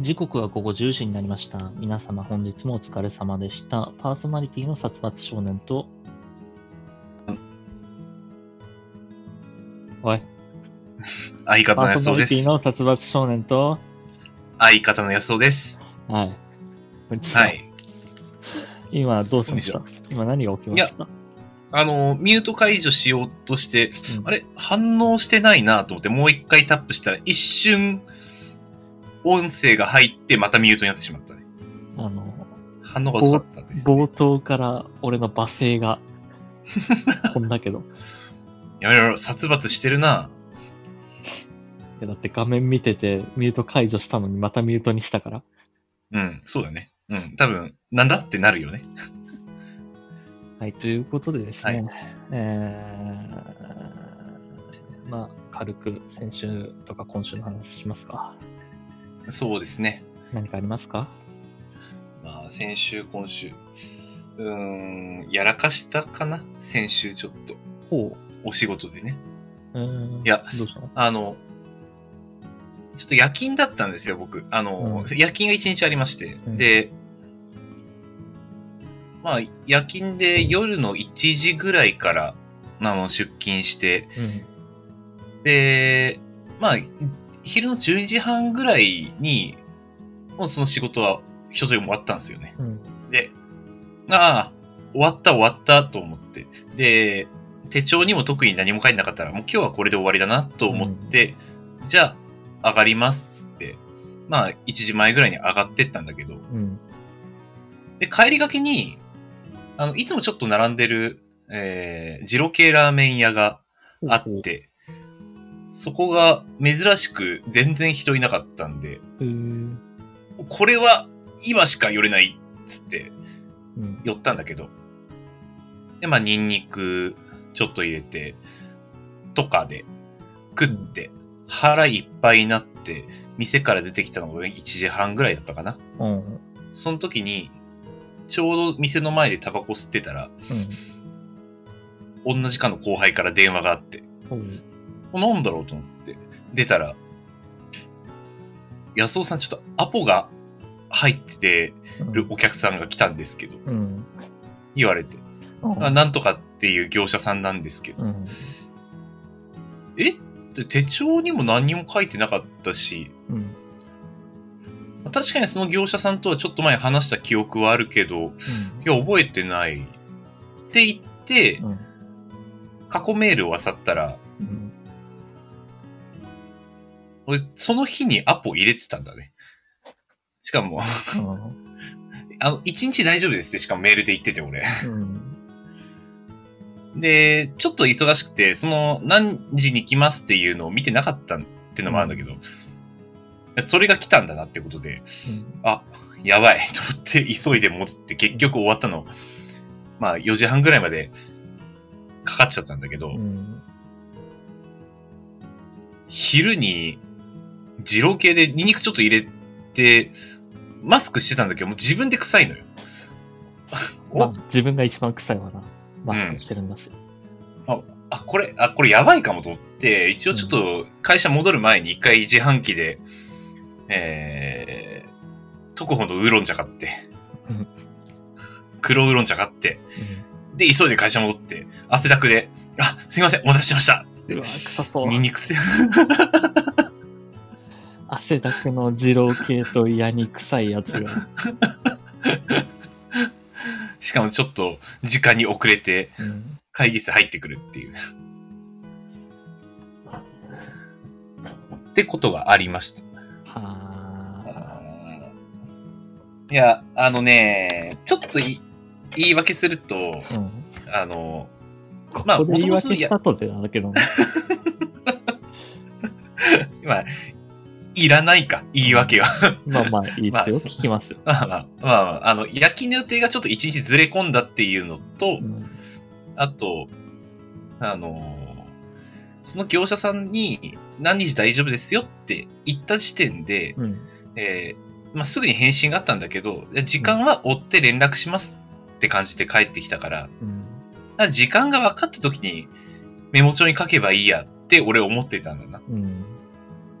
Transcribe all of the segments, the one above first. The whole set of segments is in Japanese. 時刻は午後10時になりました。皆様本日もお疲れ様でした。パーソナリティの殺伐少年と、おい、パ相方のー安ソ尾ナでリティす。の殺伐少年と、相方の安尾です。はい。こいつは。い。今どうしました今何が起きましたあの、ミュート解除しようとして、うんあれ反応してないなと思って、もう一回タップしたら、一瞬、音声が入って、またミュートになってしまったね。あの、反応が遅かったです。冒頭から俺の罵声 がこんだけど。いやめろやめろ、殺伐してるな。やだって画面見ててミュート解除したのにまたミュートにしたから。うん、そうだね。うん、多分、なんだってなるよね。はい、ということでですね、はえー、まあ、軽く先週とか今週の話しますか。そうですね。何かありますかまあ、先週、今週。うーん、やらかしたかな先週ちょっと。ほお仕事でね。う。うーんいや、どうしたのあの、ちょっと夜勤だったんですよ、僕。あの、夜勤が一日ありまして。うんで、まあ、夜勤で夜の1時ぐらいから、あの、出勤して、うん。で、まあ、昼の12時半ぐらいに、もうその仕事は、一通り終わったんですよね。うん。で、ああ、終わった終わったと思って。で、手帳にも特に何も書いてなかったら、もう今日はこれで終わりだなと思って、じゃあ上がりますっつって、まあ1時前ぐらいに上がってったんだけど、うん。で、帰りがけに、あの、いつもちょっと並んでる、えー、二郎系ラーメン屋があって、そこが珍しく全然人いなかったんで、うーん。これは今しか寄れないっつって、うん。寄ったんだけど。で、まあ、ニンニクちょっと入れて、とかで、食って、腹いっぱいになって、店から出てきたのが1時半ぐらいだったかな。うん。その時に、ちょうど店の前でタバコ吸ってたら、うん。同じ課の後輩から電話があって、ほうなんだろうと思って、出たら、安尾さんちょっとアポが入ってるお客さんが来たんですけど、うん。言われて、うん。あなんとかっていう業者さんなんですけど、うん。えって手帳にも何にも書いてなかったし、うん。確かにその業者さんとはちょっと前話した記憶はあるけど、いや、覚えてない。って言ってう、ん。過去メールを漁ったら、うん。俺その日にアポ入れてたんだね。しかも、 あの、一日大丈夫ですって、しかもメールで言ってて、俺。うん。で、ちょっと忙しくて、その、何時に来ますっていうのを見てなかったってのもあるんだけど、それが来たんだなってことで、あ、やばい と思って急いで戻って結局終わったの、まあ4時半ぐらいまでかかっちゃったんだけど、うん。昼に二郎系でニンニクちょっと入れて、マスクしてたんだけど、もう自分で臭いのよ。まあお、自分が一番臭いわな。マスクしてるんだし。あ、これ、あ、これやばいかもと思って、一応ちょっと会社戻る前に一回自販機で、えー、特保のウーロン茶買ってうん、黒ウーロン茶買って、で、急いで会社戻って、汗だくで、あ、すいません、お待たせしましたうつっん。うてわ、、臭そう。ニンニクせ、 汗だくの二郎系と嫌に臭いやつが。しかもちょっと時間に遅れてうん会議室入ってくるっていう。ってことがありました。はあ。いや、あのね、ちょっとい言い訳すると、うん。あの、こまあこで言い元々そ訳のしたとってなんだけ どね。今、いらないか、言い訳は。まあまあいいですよ。まあそう聞きますよ。 まあまあ、まあまあ、あの、夜勤の予定がちょっと一日ずれ込んだっていうのと、うん。あと、あのーその業者さんに何時大丈夫ですよって言った時点で、うん。えーまあ、すぐに返信があったんだけど、いや時間は追って連絡しますって感じで帰ってきたから、うんあ時間が分かった時にメモ帳に書けばいいやって俺思ってたんだな。うん。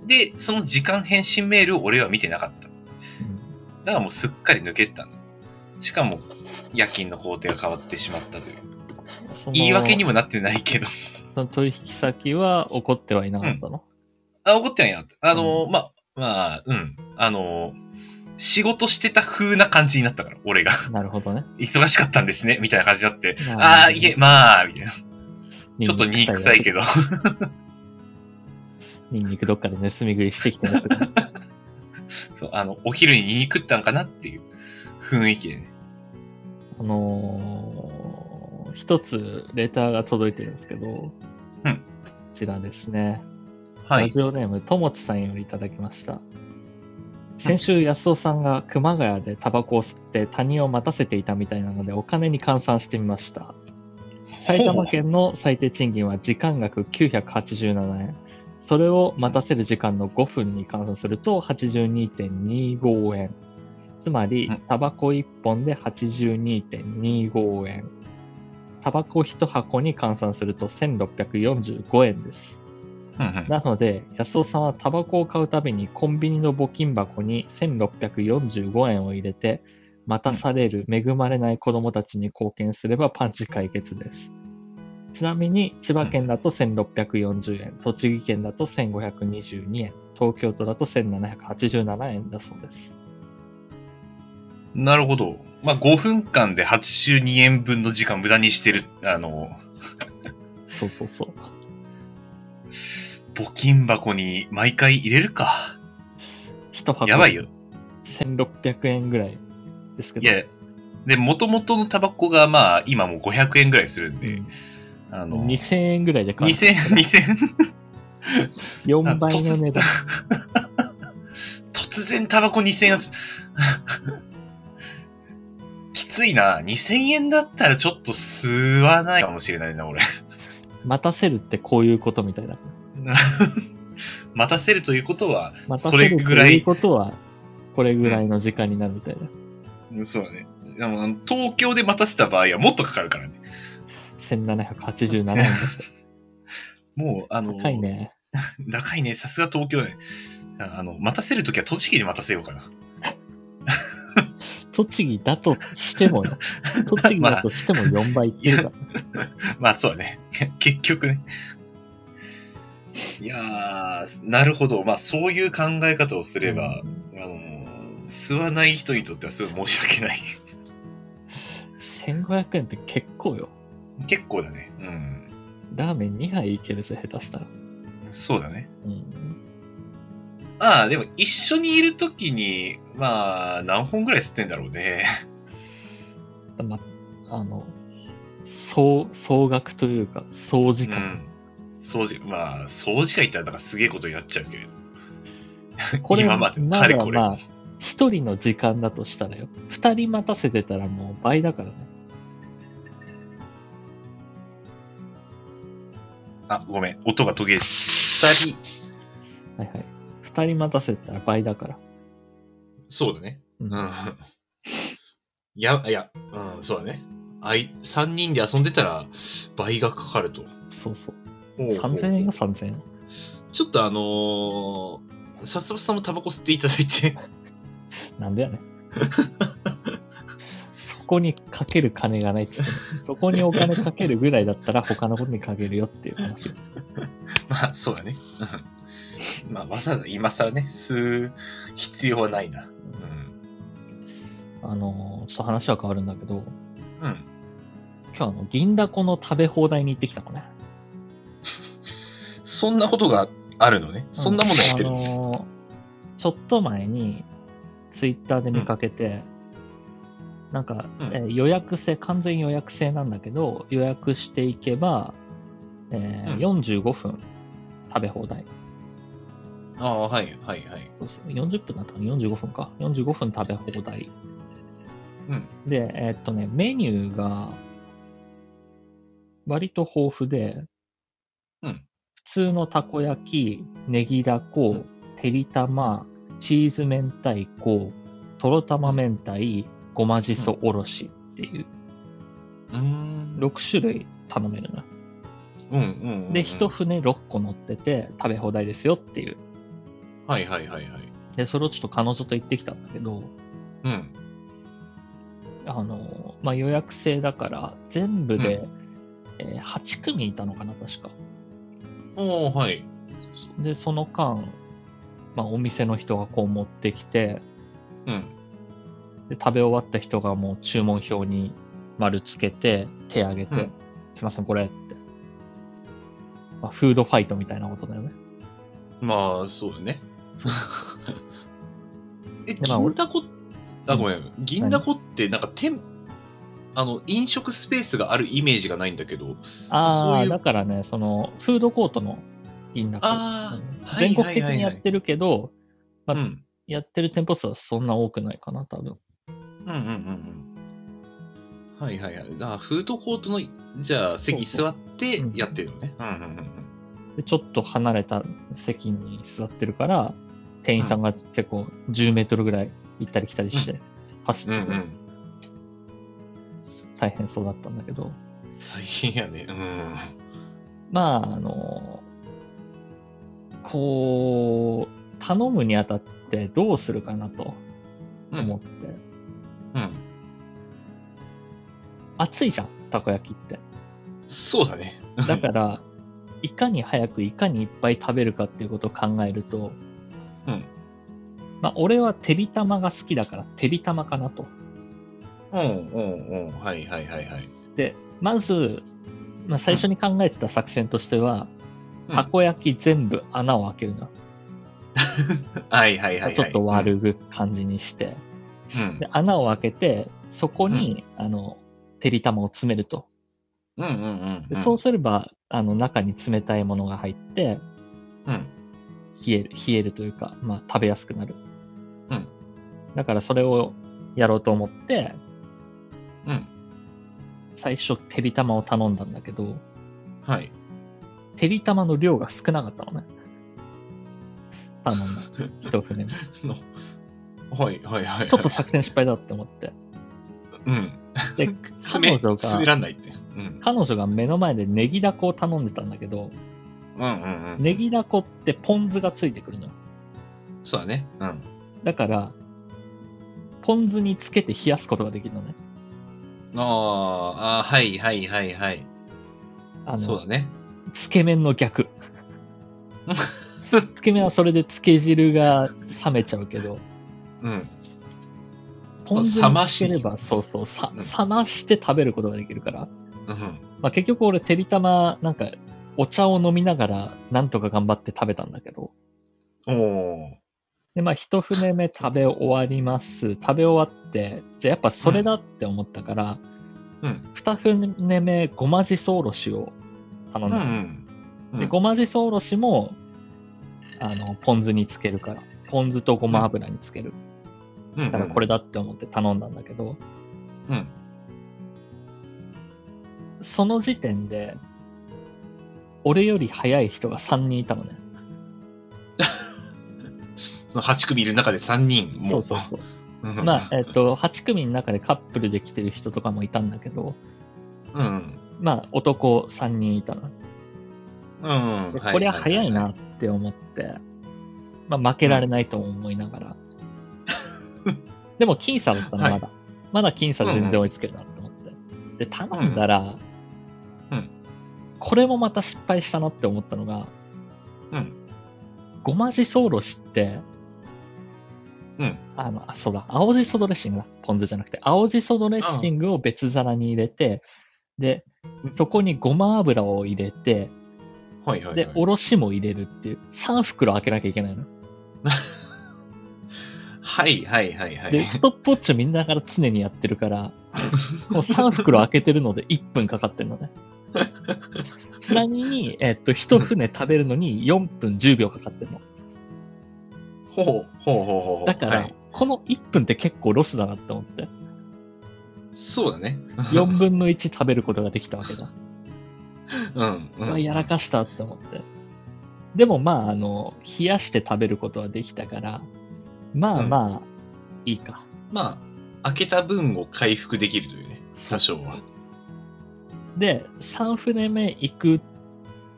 で、その時間返信メールを俺は見てなかった。だからもうすっかり抜けてたんだ。しかも、夜勤の工程が変わってしまったという。その言い訳にもなってないけど。その取引先は怒ってはいなかったの、あ、怒ってないな。あのー、うまあ、まあ、うん。あのー、仕事してた風な感じになったから、俺が。 なるほどね。忙しかったんですね、みたいな感じになっなて。るほどああー、いえ、まあ、みたいな。ちょっと醜臭いけど。 ニンニクどっかで盗み食いしてきたやつが。 そう、あの、お昼に言い食ったんかなっていう雰囲気でね。あのー一つレターが届いてるんですけど、うんこちらですね。はラい。ジオネーム、ともちさんよりいただきました。先週、安尾さんが熊谷でタバコを吸って他人を待たせていたみたいなので、お金に換算してみました。埼玉県の最低賃金は時間額987円。それを待たせる時間の5分に換算すると82.25円。つまりうん、タバコ1本で82.25円。タバコ1箱に換算すると1645円です。うんうんなので、安尾さんはタバコを買うたびにコンビニの募金箱に1645円を入れて、待たされる、恵まれない子供たちに貢献すればパンチ解決です。ちなみに、千葉県だと1640円、栃木県だと1522円、東京都だと1787円だそうです。なるほど。まあ、5分間で82円分の時間無駄にしてる、あの、そうそうそう。募金箱に毎回入れるか。一箱やばいよ。 1600円ぐらいですけいど。や、で、元々のタバコがまあ、今もう500円ぐらいするんうで、んあの、 2000円ぐらいで買う。 2000円、2000 4倍の値段。 突然タバコ2000円は ちょきついな。2000円だったらちょっと吸わないかもしれないな、俺。待たせるってこういうことみたいな。待たせるということは、待たそせれるとぐらいうい。ことは、これぐらいの時間になるみたいな。うんそうだね。あの東京で待たせた場合はもっとかかるからね。 1787円だった。もう、あの、高いね。高いね。さすが東京だね。ああの、待たせるときは栃木で待たせようかな。 栃木だとしてもよ。 栃木だとしても4倍いってるから。まあ、そうだね。 結局ね。いやー、なるほど。まあ、そういう考え方をすれば、あのー吸わない人にとってはすごい申し訳ない。 1500円って結構よ。結構だね。うん。ラーメン2杯いけるぜ、下手したら。そうだね。うん。ああ、でも一緒にいるときに、まあ、何本ぐらい吸ってんだろうね。ま、あの、総、総額というか、総時間。うん。掃除、まあ、掃除会行ったらだからすげえことになっちゃうけれど。これ、今までかれこれまだまあ、一人の時間だとしたらよ。二人待たせてたらもう倍だからね。あ、ごめん。音が途切れてる。二人。はいはい。二人待たせたら倍だから。そうだね。うんうん。いや、いや、うん、そうだね。あい、三人で遊んでたら倍がかかると。そうそう。おうおう3000円よ、3000円。ちょっとあのー、さつまさんもタバコ吸っていただいて。なんでやねん。 そこにかける金がないっつってんのそこにお金かけるぐらいだったら他のことにかけるよっていう話。まあ、そうだね。うんまあ、わざわざ今更ね、吸う必要はないな。うん。あのーちょっと話は変わるんだけど、うん。今日あの、銀だこの食べ放題に行ってきたのね。そんなことがあるのね。そんなものやってるあ。のーちょっと前に、ツイッターで見かけて、なんか、うんえー予約制、完全予約制なんだけど、予約していけば、えーうん45分食べ放題。ああ、はい、はい、はい。そうそう、40分だったかな、45分か。45分食べ放題。うん。で、えーっとね、メニューが、割と豊富で、うん普通のたこ焼き、ネギだうこ、てりたま、チーズ明太子、とろたま明太、ごまじそおろしっていう、うーん。 6種類頼めるな。うん、うんうん。で、1。船6個乗ってて、食べ放題ですよっていう。はい、はい、はい、はい。で、それをちょっと彼女と行ってきたんだけど、うん。あの、まあ、予約制だから、全部で、えー8組いたのかな、確か。おおはい。で、その間、まあ、お店の人がこう持ってきて、うん。で食べ終わった人がもう注文表に丸つけて、手挙げて、うんすいません、これって。まあ、フードファイトみたいなことだよね。まあ、そう だね。え、まあ俺銀だこ、あ、ごめん。銀だこって、なんか、店、あの、飲食スペースがあるイメージがないんだけど。あそうあ、いうだからね、その、フードコートの銀だこ。あうんあ、全国的にやっる。てるけど、うまん。あうんやってる店舗数はそんな多くないかな、多分。うんうんうん。はいはいはい。あフードコートの、じゃあ、席そうそ座ってうんやってるのね。うんうんうんでちょっと離れた席に座ってるから、店員さんが結構10メートルぐらい行ったり来たりして、走うん。うってんうてん。大変そうだったんだけど、大変やね。うん。まあ、あの、こう、頼むにあたってどうするかなとう思っん。て、うん。熱いじゃん、たこ焼き って。そうだね。だから、いかに早くいかにいっぱい食べるかっていうことを考えると、うんまあ、俺はてりたまが好きだから、てりたまかなと。うんうんうん。はいはいはいはい。で、まず、まあ、最初に考えてた作戦としては、うんたこ焼き全部穴を開けるな。はいはいはいはい。ちょっと悪ぐ感じにして。うん。で、穴を開けて、そこに、あの、てりたまを詰めると。うんうんうんでうん。そうすれば、あの、中に冷たいものが入って、うん。冷える、冷えるというか、まあ、食べやすくなる。うんだから、それをやろうと思って、うん。最初、てりたまを頼んだんだけど、はい。 てりたまの量が少なかったのね。頼ん だ。一船目。のはいはいはい。ちょっと作戦失敗だって思って。うん。で詰め、彼女が詰めらんないって。うん。彼女が目の前でネギだこを頼んでたんだけど、うんうんうん。ネギだこってポン酢がついてくるのよ。そうだね。うん。だから、ポン酢につけて冷やすことができるのね。あーあー、はいはいはいはい。あの、そうだね。つけ麺の逆。 つけ麺はそれでつけ汁が冷めちゃうけど、うん。ポン酢につければ、そうそう、さうん冷まして食べることができるから。うん。まあ、結局俺、てりたま、なんか、お茶を飲みながら、なんとか頑張って食べたんだけど、おおで、まあ、一船目食べ終わります。食べ終わって、じゃあやっぱそれだって思ったから、ー。うん。二船目、ごまじそおろしを頼うんんうだ。ん。うんで、ごまじそおろしも、あの、ポン酢につけるから。ポン酢とごま油につける。うんうんだからこれ。だって思って頼んだんだけど、うん。その時点で、俺より早い人が3人いたのね。その8組いる中で3人。もそうそうそう。うん。まあ、えっと、8組の中でカップルで来てる人とかもいたんだけど、うんうん。まあ、男3人いたの。うんうん。でこれは早いな。って思って、まあ、負けられないと思いながら。でも、僅差だったの、はいまだ。まだ僅差全然追いつけるなって思って。で、頼んだら、うんこれもまた失敗したなって思ったのが、うん。ごまじそおろしって、うん。あの、あ、そうだ、青じそドレッシングだ。ポン酢じゃなくて、青じそドレッシングを別皿に入れて、でう、んそこにごま油を入れて、はいはいはい。で、おろしも入れるっていう、3袋開けなきゃいけないの。はいはいはいはい。で、ストップウォッチを見ながら常にやってる から、もう3袋開けてるので1分かかってるの ね。ちなみに、えっと、一船食べるのに4分10秒かかってるの。ほうほうほうほうほう。だから、はいこの1分って結構ロスだなって思って、そうだね。 4分の1食べることができたわけだ。 うん。うんまあ、やらかしたって思って。でもまあ、あの、冷やして食べることはできたから、まあうんまあ、いいか。まあ、開けた分を回復できるというね、多少は。で、3船目行く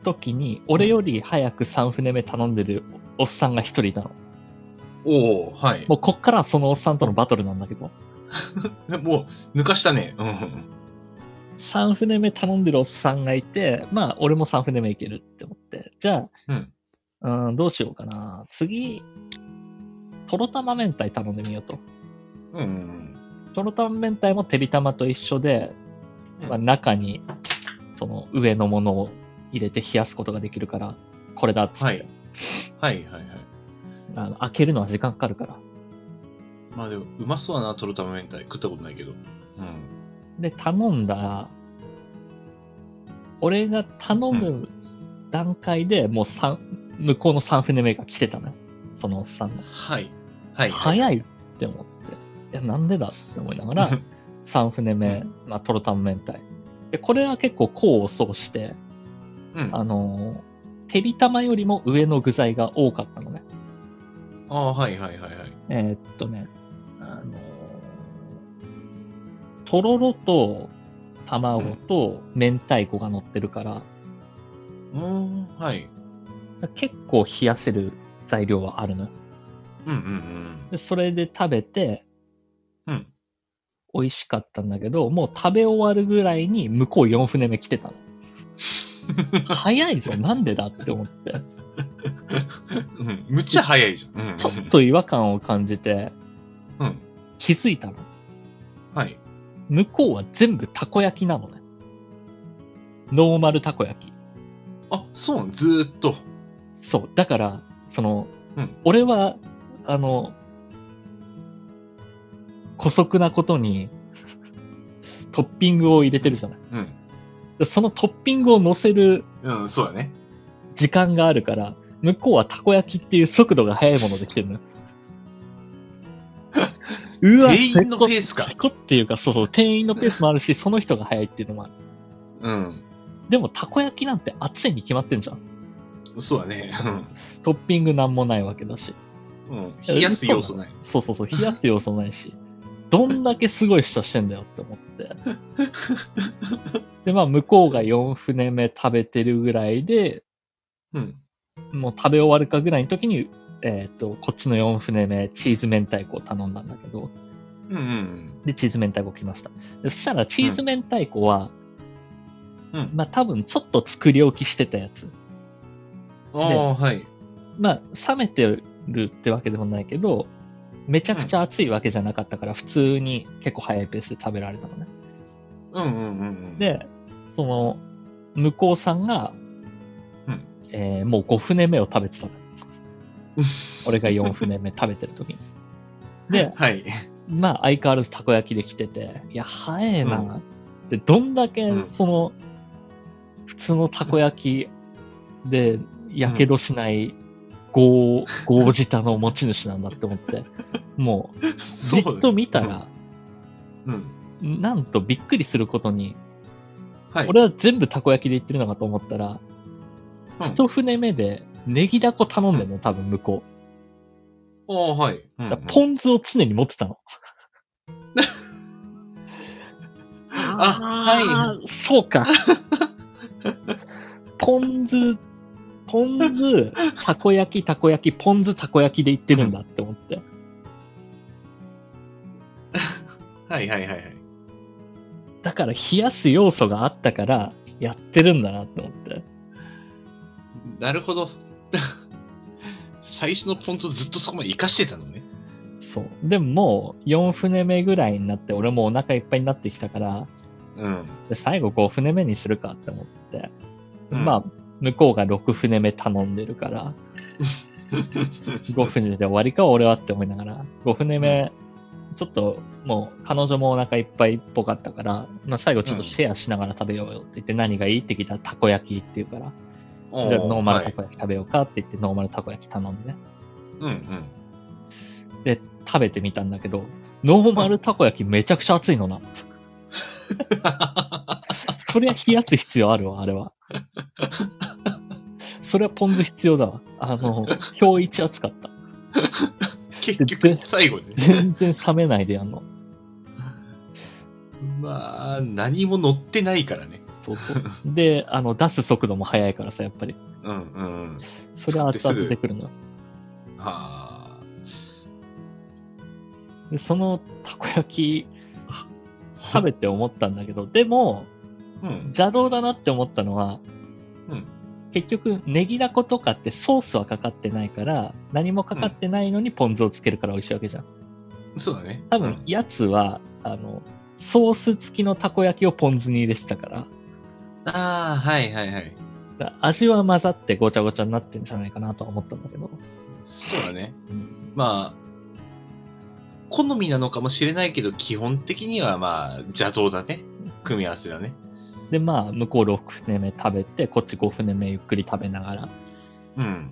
ときに、俺より早く3船目頼んでるおっさんが一人いたの。おおはい。もうこっからはそのおっさんとのバトルなんだけど、もう、抜かしたね。うん。 3船目頼んでるおっさんがいて、まあ、俺も3船目いけるって思って、じゃうん。あ、うん、どうしようかな。次、とろたま明太頼んでみようと。うんうんとろたま明太もてりたまと一緒で、うん。まあ、中に、その上のものを入れて冷やすことができるから、これだっつって、はい。はいはいはい。あの開けるのは時間かかるから。まあでも、うまそうだな、トロタマ明太。食ったことないけど。うん。で、頼んだら、俺が頼む段階でもう三、向こうの3船目が来てたのよ。そのおっさんが。はい。はい。早いって思って。いや、なんでだって思いながら、3船目、まあ、トロタン明太。で、これは結構功を奏して、うん。ああのー、てりたまよりも上の具材が多かったのね。あー、はいはいはいはい。えーっとね、あのー、とろろと卵と明太子が乗ってるから、おーはい。結構冷やせる材料はあるのよ。うんうんでそれで食べてうん。うん。美味しかったんだけど、もう食べ終わるぐらいに向こう4船目来てたの。早いぞ、なんでだって思 って。うん、 むっちゃ早いじゃん。うん、ちょっ。と違和感を感じてうん。気づいたの。はい。向こうは全部たこ焼きなのね。ノーマルたこ焼き。あ、そうなのずーっと。そう。だから、その、うん俺は、あの、古速なことに、 トッピングを入れてるじゃない。うん。でそのトッピングを乗せるうん、そうだね。時間があるから、向こうはたこ焼きっていう速度が速いもので来 てるのよ。うわ、店員のペースかせこっていうか、そうそう、店員のペースもあるし、その人が速いっていうのもある。うん。でも、たこ焼きなんて熱いに決まってんじゃん。そうだね。トッピングなんもないわけだし。うん。うん冷やす要素ない。そうそうそう、冷やす要素ないし、どんだけすごい人してんだよって思 って。で、まあ、向こうが4船目食べてるぐらいで、うん。もう食べ終わるかぐらいの時に、えっ、と、こっちの4船目、チーズ明太子を頼んだんだけど、うんうんで、チーズ明太子来ました。でそしたら、チーズ明太子は、うん。うん。まあ、多分ちょっと作り置きしてたやつ。ああ、はい。まあ、冷めてるってわけでもないけど、めちゃくちゃ熱いわけじゃなかったから、普通に結構早いペースで食べられたのね。うんうんうんうん。、で、その、向こうさんが、うんえーもう5船目を食べてたの。俺が4船目食べてる時に。で、はい。まあ、相変わらずたこ焼きで来てて、いや、早えな。うんで、どんだけう、んその、普通のたこ焼きで、やけどしない、ゴー、ゴージタの持ち主なんだって思 って、もう、そじうっと見たら、うん。うん。なんとびっくりすることに、はい。俺は全部たこ焼きで言ってるのかと思ったら、うん一船目でネギだこ頼んでんの、多分向こう。ああ、はい。うんうんだからポン酢を常に持ってたの。あい。そうか。ポン酢、ポン酢、たこ焼き、たこ焼き、ポン酢、たこ焼きで言ってるんだって思って。はいはいはいはい。だから冷やす要素があったから、やってるんだなって思って。なるほど。最初のポン酢ずっとそこまで生かしてたのね。そう。でももう4船目ぐらいになって、俺もうお腹いっぱいになってきたから、うん。で最後5船目にするかって思って、うんまあ向こうが6船目頼んでるから5船で終わりか俺はって思いながら5船目ちょっともう彼女もお腹いっぱいっぽかったから、まあ、最後ちょっとシェアしながら食べようよって言って何がいいって聞いたらたこ焼きって言うから、おじゃあノーマルたはいこ焼き食べようかって言ってノーマルたこ焼き頼んでうんうん。で食べてみたんだけどノーマルたこ焼きめちゃくちゃ熱いのなそりゃ冷やす必要あるわ、あれは。それはポン酢必要だわ。あの、表一熱かった。結局、最後ね。全然冷めないでやんの。まあ、何も乗ってないからね。そう そう。で、あの、出す速度も速いからさ、やっぱり。うんうんうん。それは熱々出てくるのよ。はあ。でそのたこ焼き食べて思ったんだ けど、でもうん。邪道だなって思ったのは、うん結局ネギだことかってソースはかかってないから何もかかってないのにポン酢をつけるから美味しいわけじゃん。そうだね。多う分んやつはあのソース付きのたこ焼きをポン酢に入れてたからああ、はいはいはい。だから味は混ざってごちゃごちゃになってんじゃないかなとは思ったんだけど。そうだね。うんまあ、好みなのかもしれないけど、基本的にはまあ、邪道だね。組み合わせだね。でまあ向こう6船目食べてこっち5船目ゆっくり食べながらうん。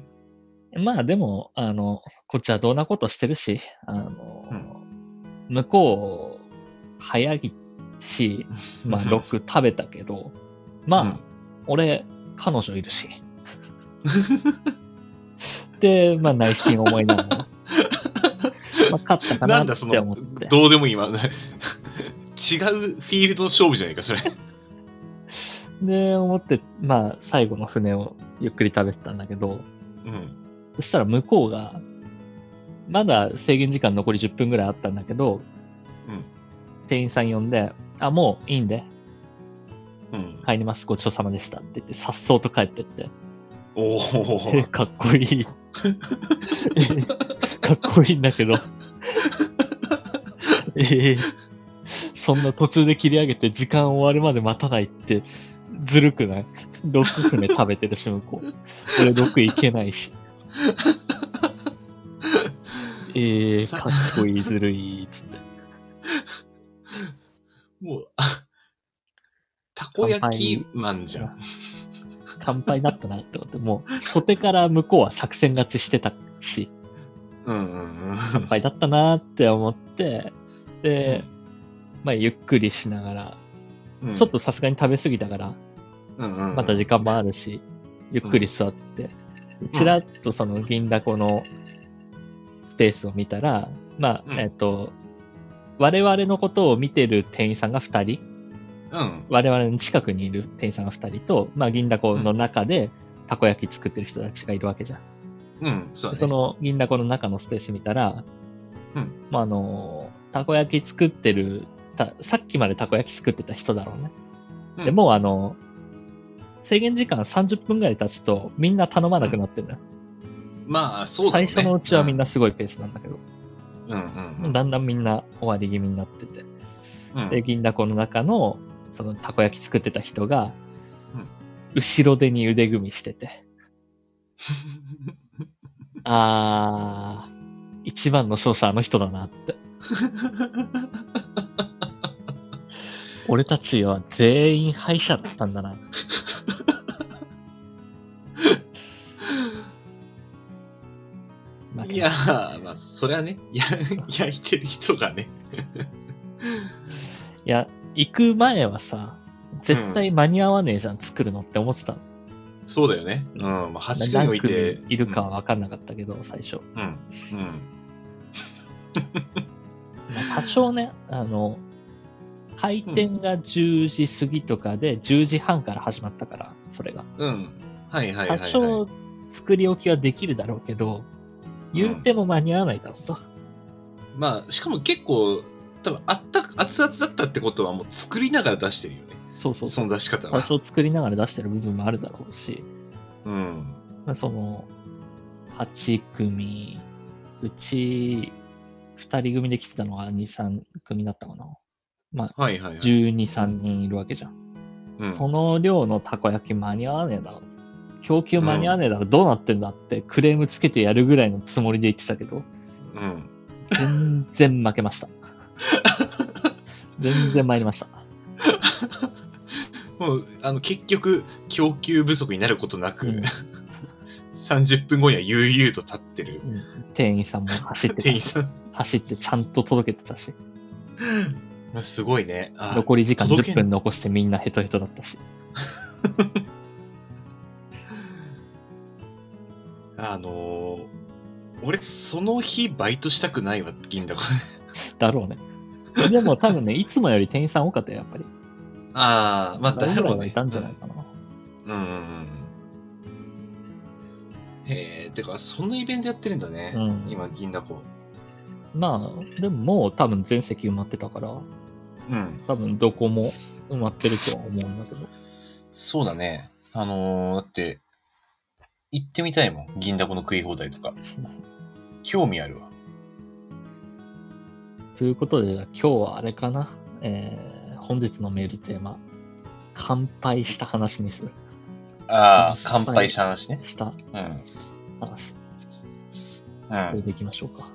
まあでも、あの、こっちはどんなことしてるし、あの、うん向こう、早いし、 まあロック食べたけど、まあ、うん俺、彼女いるし。 で、まあ内心思いなが ら、まあ勝ったかななんだっそて思のって、。どうでも今、違うフィールドの勝負じゃないか、それ。で、思って、まあ最後の船をゆっくり食べてたんだけど、うん。そしたら向こうが、まだ制限時間残り10分ぐらいあったんだけど、うん。店員さん呼んで、あ、もういいんで、うん。帰ります、ごちそうさまでしたって言って、さっそうと帰ってって、おお。え かっこいい。かっこいいんだけど。 ええそんな途中で切り上げて時間終わるまで待たないってずるくない ?6 船食べてるし、向こう。俺6行けないし。ええさかっこいい、ずるい、つって。もう、あたこ焼きマンじゃん。乾杯だったなって思って、もう、初手から向こうは作戦勝ちしてたし、うんうんうん。乾杯だったなって思って、で、まあ、ゆっくりしながら、うんちょっと、さすがに食べ過ぎたから、うんうんうんまた時間もあるし、ゆっくり座って、ちらっとその銀だこのスペースを見たら、まうんあ、えっと、我々のことを見てる店員さんが2人、うん。我々の近くにいる店員さんが2人と、まあ、銀だこの中でたこ焼き作ってる人たちがいるわけじゃん。うん、そうだね。その銀だこの中のスペース見たら、うんまあ、あのたこ焼き作ってるたさっきまでたこ焼き作ってた人だろうね、うんでもうあの制限時間30分ぐらい経つとみんな頼まなくなってるのよ、まあ、そうだろ最ね初のうちはみんな、すごいペースなんだけど、うんうんうん。だんだんみんな終わり気味になっててうんで銀だこの中のそのたこ焼き作ってた人が、うん後ろ手に腕組みしててあー一番の勝者あの人だなって俺たちは全員敗者だったんだ な。負 いけやましー、まあ、それはね、や 焼いてる人がね。たいや、行く前はさ、絶対間に合わねえじゃん、作るのって思ってたの。そうだよね。うん、まあ、端っこに置い何て組。いるかは分かんなかったけど、最初。うん。うん。まあ多少ね、あの、開店が10時過ぎとかで、10時半から始まったから、それが。うん。うんはいはいはい、多はい。少作り置きはできるだろうけど、言うても間に合わないだろうと。まあ、しかも結構、多分あった、熱々だったってことはもう作りながら出してるよね。そうそうその出し方多は。少作りながら出してる部分もあるだろうし、うん。まあ、その、8組、うち、2人組で来てたのが2、3組だったかな。まあ、はいはいはい。 12、3人いるわけじゃん。うんその量のたこ焼き間に合わねえだろ。供給間に合わねえだろ。どうなってんだってクレームつけてやるぐらいのつもりで言ってたけど、うん。全然負けました。 全然参りました。もう、あの、結局、供給不足になることなく、う ん30分後には悠々と立ってるうん店員さんも走って店た員し、さん。走ってちゃんと届けてたし。まあ すごいね。あ残り時間届け10分残してみんなヘトヘトだったし。 あのー俺、その日、バイトしたくないわ、銀だこ。だろうね。でも多分ね、いつもより店員さん多かったよ、やっぱり。ああ、まあ、だぐらろいうはね。いたんじゃないかな。うんうんうんうん。へえ、てか、そんなイベントやってるんだね。うん今、銀だこ。まあ、でももう多分全席埋まってたから、うん。多分どこも埋まってるとは思うんだけど。 そうだね。あのー、だって、行ってみたいもん。銀だこの食い放題とか。興味あるわ。ということで、じゃあ今日はあれかな。えー本日のメールテーマ、乾杯した話にする。ああ、乾杯した話ね。したうん。話。うこれん。でいきましょうか。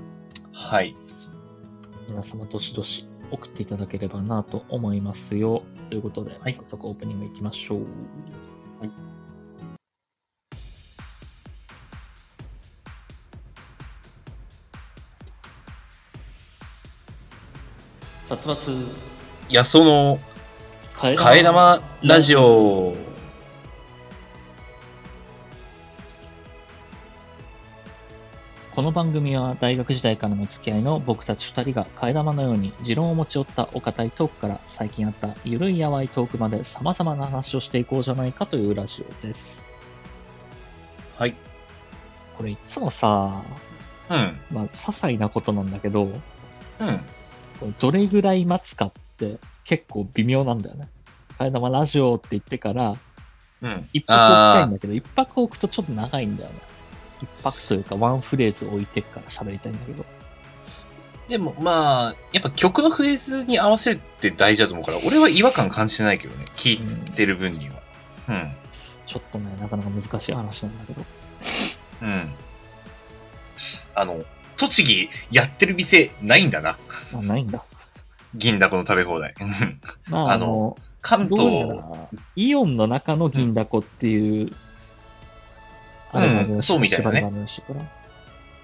はい。皆様、どしどし送っていただければなと思いますよ。ということで、はい早速オープニングいきましょう。はい殺伐やその替え替え玉ラジオ。この番組は大学時代からの付き合いの僕たち2人が替え玉のように持論を持ち寄ったお堅いトークから最近あったゆるいやわいトークまで様々な話をしていこうじゃないかというラジオです。はい。これいつもさ、うん。まあ、些細なことなんだけど、うん。どれぐらい待つかって結構微妙なんだよね。替え玉ラジオって言ってから、うん。一泊置きたいんだけど、一泊置くとちょっと長いんだよね。一泊というかワンフレーズ置いてから喋りたいんだけど。でもまあ、やっぱ曲のフレーズに合わせて大事だと思うから、俺は違和感感じてないけどね。聴いてる分には。ちょっとね、なかなか難しい話なんだけど。うん。うん。あの、栃木やってる店ないんだな。あ、ないんだ。銀だこの食べ放題。うんまあ、ああのの、関どうや東、ら、イオンの中の銀だこっていう、うんうんそうみたいな縛ねりがあるらしいから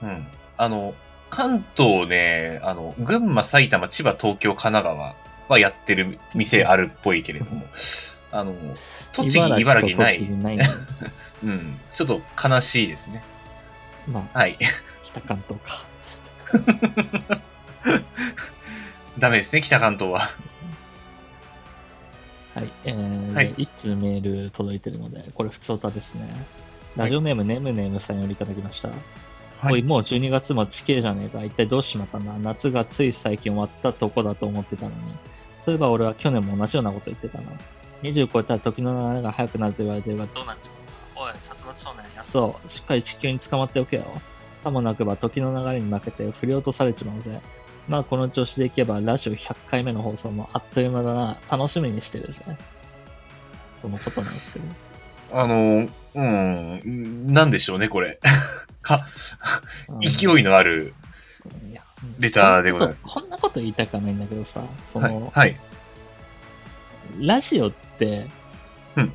うん。あの、関東ね、あの、群馬、埼玉、千葉、東京、神奈川はやってる店あるっぽいけれども、あの、栃木、茨城とな栃木い。ない。うん。ちょっと悲しいですね。まあ、はい。 北関東か。ダメですね、北関東は。はい。えー、はい一通メール届いてるので、これ、普通歌ですね。ラジオネーム、ネムネムさんよりいただきました。はいおい、もう12月も地形じゃねえか。一体どうしちまったんだ夏がつい最近終わったとこだと思ってたのに。そういえば俺は去年も同じようなこと言ってたな。20超えたら時の流れが早くなると言われてるが、どうなっちまったおい、殺伐少年、やそう、しっかり地球に捕まっておけよ。さもなくば時の流れに負けて振り落とされちまうぜ。まあこの調子でいけばラジオ100回目の放送もあっという間だな。楽しみにしてるぜ。そのことなんですけど。あの、うん、なんでしょうね、これ。 か、勢いいのある。やレターでございますこんなことこんなこと言いたくはないんだけどさ、そはいの、。はい。ラジオって、うん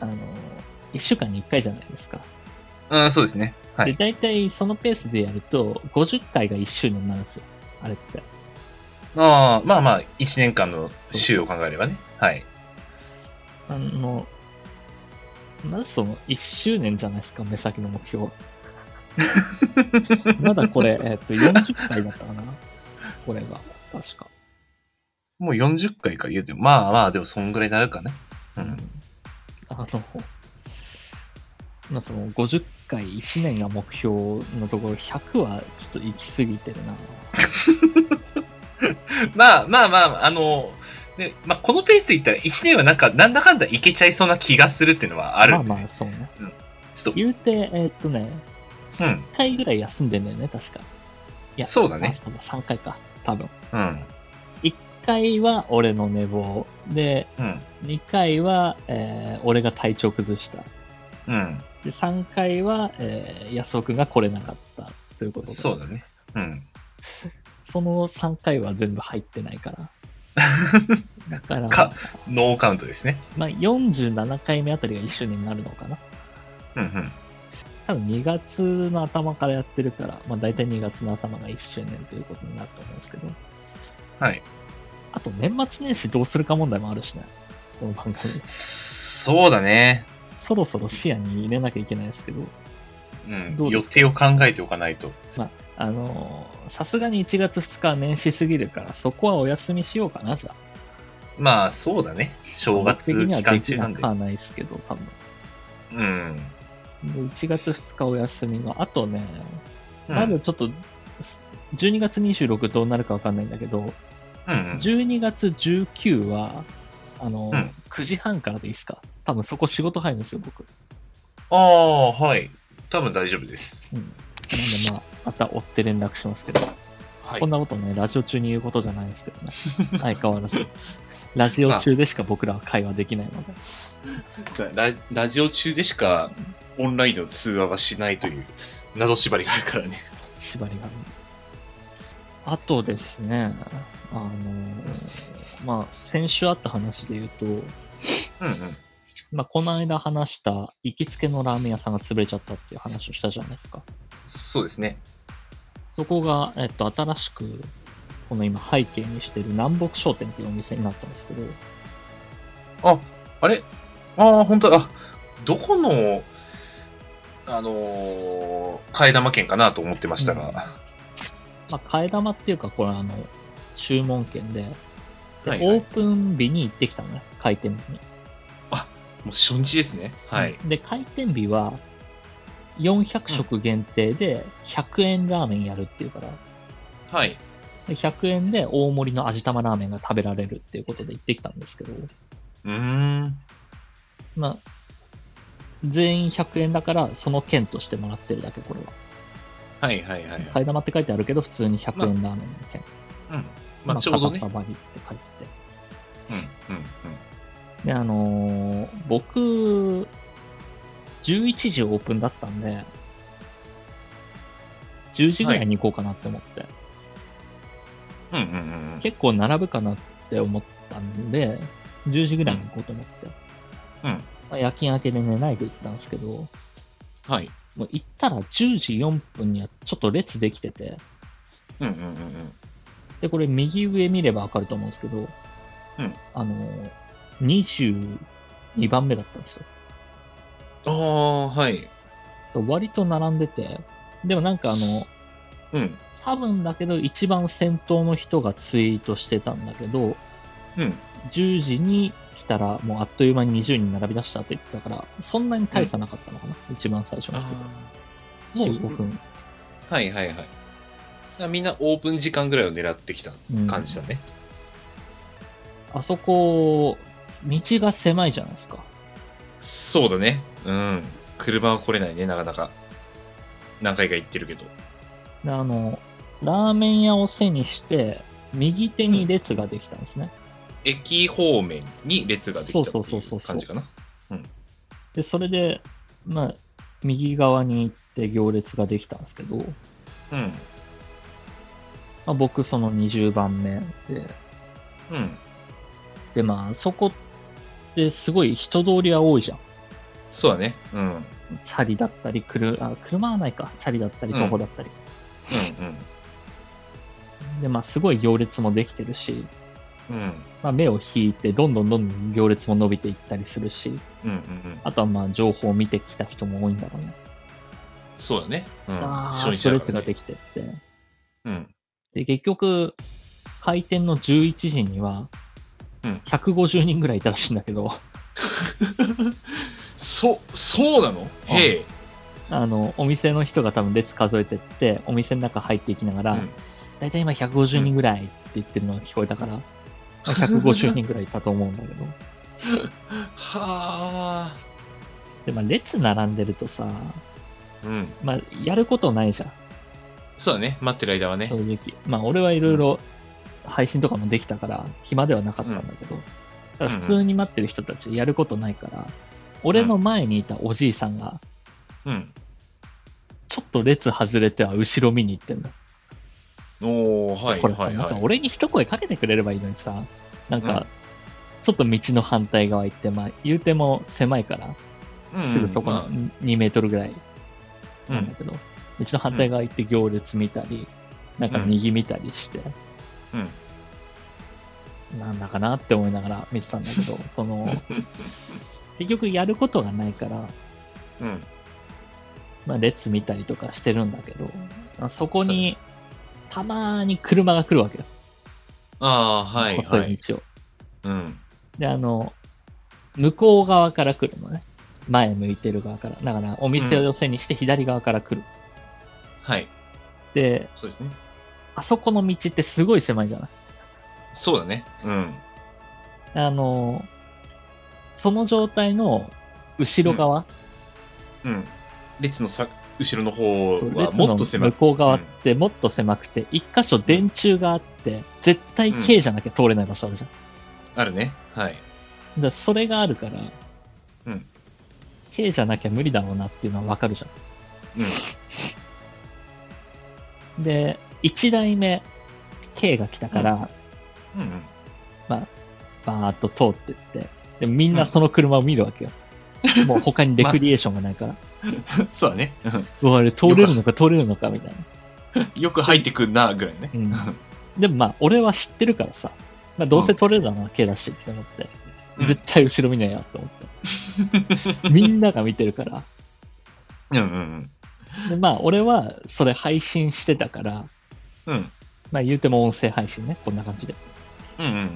あの、1週間に1回じゃないですか。うん、そうですね。はで、い。大体そのペースでやると、50回が1周年になるんですよ。あれって。ああ、まあまあ、1年間の週を考えればね。 はい。あの、まずその1周年じゃないですか、目先の目標は。まだこ れ、えっと、40回だったかな。これが、確か。もう40回か言うても、まあまあ、でもそんぐらいになるかね。うん。あの、まあ、その50回1年が目標のところ100はちょっと行き過ぎてるな。まあまあまあ、あの、ね、まあこのペースでいったら1年はなんか、なんだかんだいけちゃいそうな気がするっていうのはある。まあまあ、そうね。ちょっ言うて、えーっとね、と、うん。 1回ぐらい休んでんだよね、確か。いやそうだあ、ね。そうだ、3回か、多分。うん。 1回は俺の寝坊。で、うん。 2回は、えー俺が体調崩した。うん。で、3回は、えー、安尾くんが来れなかった。ということで。そうだね。うん。その3回は全部入ってない から。だから、かノーカウントですね。まあ、47回目あたりが1周年になるのかな。うんうん。多分2月の頭からやってるから、まあ、大体2月の頭が1周年ということになると思うんですけど、はい。あと年末年始どうするか問題もあるしね、この番 組。そうだね。そろそろ視野に入れなきゃいけないですけど、うん。どうで予すか定を考えておかないと。あのーさすがに1月2日は年始すぎるから、そこはお休みしようかな、じゃあ。まあ、そうだね。正月期間中な僕ん的にはででき。なくはないですけど、多分。うん。で1月2日お休みの後ね、うんまだちょっと、す12月26どうなるかわかんないんだけど、うんうん。 12月19は、あの、うん9時半からでいいですか多分そこ仕事入るんですよ、僕。ああ、はい。多分大丈夫です。うん。なんでまあ、また追って連絡しますけど、はいこん。なことね、ラジオ中に言うことじゃないんですけど ね。相変わらず。ラジオ中でしか僕らは会話できないので。そうララジオ中でしかオンラインの通話はしないという謎縛りがあるからね。縛りがあるあとですね、あのまあ、先週あった話で言うと、うんうん。まあ、この間話した行きつけのラーメン屋さんが潰れちゃったっていう話をしたじゃないですか。そうですね。そこが、えっと、新しく、この今背景にしてる南北商店っていうお店になったんですけど、あ、あれああ、本当だ。あ、どこの、あのー、替え玉券かなと思ってましたが。うんまあ、替え玉っていうか、これあの、注文券で、ではいはオいープン日に行ってきたのね、開店日に。もう初日ですね。はい。で、開店日は、400食限定で100円ラーメンやるっていうから、はい。で100円で大盛りの味玉ラーメンが食べられるっていうことで行ってきたんですけど、うーん。まあ、全員100円だから、その券としてもらってるだけ、これは。はいはいはい、はい。替え玉って書いてあるけど、普通に100円ラーメンの券。うん。まあ、ちょうどねサ。バリって書いてて。うんうんで、あのー僕、11時オープンだったんで、10時ぐらいに行こうかなって思って、うん。うんうんうんうん。結構並ぶかなって思ったんで、10時ぐらいに行こうと思って、うんまあ、夜勤明けで寝ないで行ったんですけど、もはい。う行ったら10時4分にはちょっと列できてて、うんうんうんうん。で、これ右上見ればわかると思うんですけど、うんあのー、22番目だったんですよ。ああ、はい。割と並んでて、でもなんかあの、うん。多分だけど一番先頭の人がツイートしてたんだけど、うん。 10時に来たらもうあっという間に20人並び出したって言ってたから、そんなに大差なかったのかな、一番最初の人。ああ。もう5分。はいはいはい。だからみんなオープン時間ぐらいを狙ってきたうん感じだね。あそこ、道が狭いじゃないですか。そうだね。うん。車は来れないね、なかなか。何回か行ってるけど。であの、ラーメン屋を背にして、右手に列ができたんですね。駅方面に列ができたってそうそいうそうそううそう感じかな。で、それで、まあ、右側に行って行列ができたんですけど、うん。まあ、僕その20番目で、うん。でまあそこってすごい人通りは多いじゃん。そうだね。うん。うんうん。チャリだったり、車あ車はないか、チャリだったり、うん徒歩だったり。でまあすごい行列もできてるし、うん。まあ、目を引いてどんどんどんどん行列も伸びていったりするし、うんうんうん。あとはまあ情報を見てきた人も多いんだろうね。そうだね。うん。あ初ー日だ列からがねできてって。うん。 で、結局、開店の11時にはうん、 150人ぐらいいたらしいんだけど、 そ、そうなのへえ。あの、お店の人が多分列数えてって、お店の中入っていきながら、うんだいたい今150人ぐらいって言ってるのが聞こえたから、まあ150人ぐらいいたと思うんだけど。 はあ。で、まあ列並んでるとさ、うん。まあやることないじゃん、そうだね。待ってる間はね正。直。まあ俺はいろいろ配信とかもできたから、暇ではなかったんだけど、だから普通に待ってる人たちやることないから、俺の前にいたおじいさんが、うん。ちょっと列外れては後ろ見に行ってんだ。おー、はいこれさ、はいなんかはい。俺に一声かけてくれればいいのにさ、なんうんか、ちょっと道の反対側行って、まあ、言うても狭いから、うんすぐそこまあの2メートルぐらいなうんだけど、道の反対側行って行列見たり、なんか右見たりして、うんなんだかなって思いながら見てたんだけ ど、その、結局やることがないから、うん。まあ、列見たりとかしてるんだけど、まあそこに、たまに車が来るわけよ。ああ、はい細はいい。道を。うん。で、あの、向こう側から来るのね。前向いてる側から。だから、お店を寄せにして左側から来る。はい。で、そうですね。あそこの道ってすごい狭いじゃないそうだね。うん。あの、その状態の後ろ側、うん。列のさ、後ろの方そうは列ものっと狭い向。こう側ってもっと狭くて、一箇所電柱があって、絶対 K じゃなきゃ通れない場所あるじゃん。あるね。はだい。からそれがあるから、うん。 K じゃなきゃ無理だろうなっていうのはわかるじうん。ゃん。で、1台目、K が来たから、うんうん。バーッと通ってって、でみんなその車を見るわけよ。もう他にレクリエーションがないから、 そうだね。ううわ、あれ通れるのか通れるのかみたいな。んよく入ってくんな、ぐらいねう。ん、でもまあ、俺は知ってるからさ、まあ、どうせ取れるだろうな、K だしって思って、うん絶対後ろ見ないやと思 って。みんなが見てるから。うんうんでまあ、俺はそれ配信してたから、うん。うん。まあ言うても音声配信ね、こんな感じで。うんうん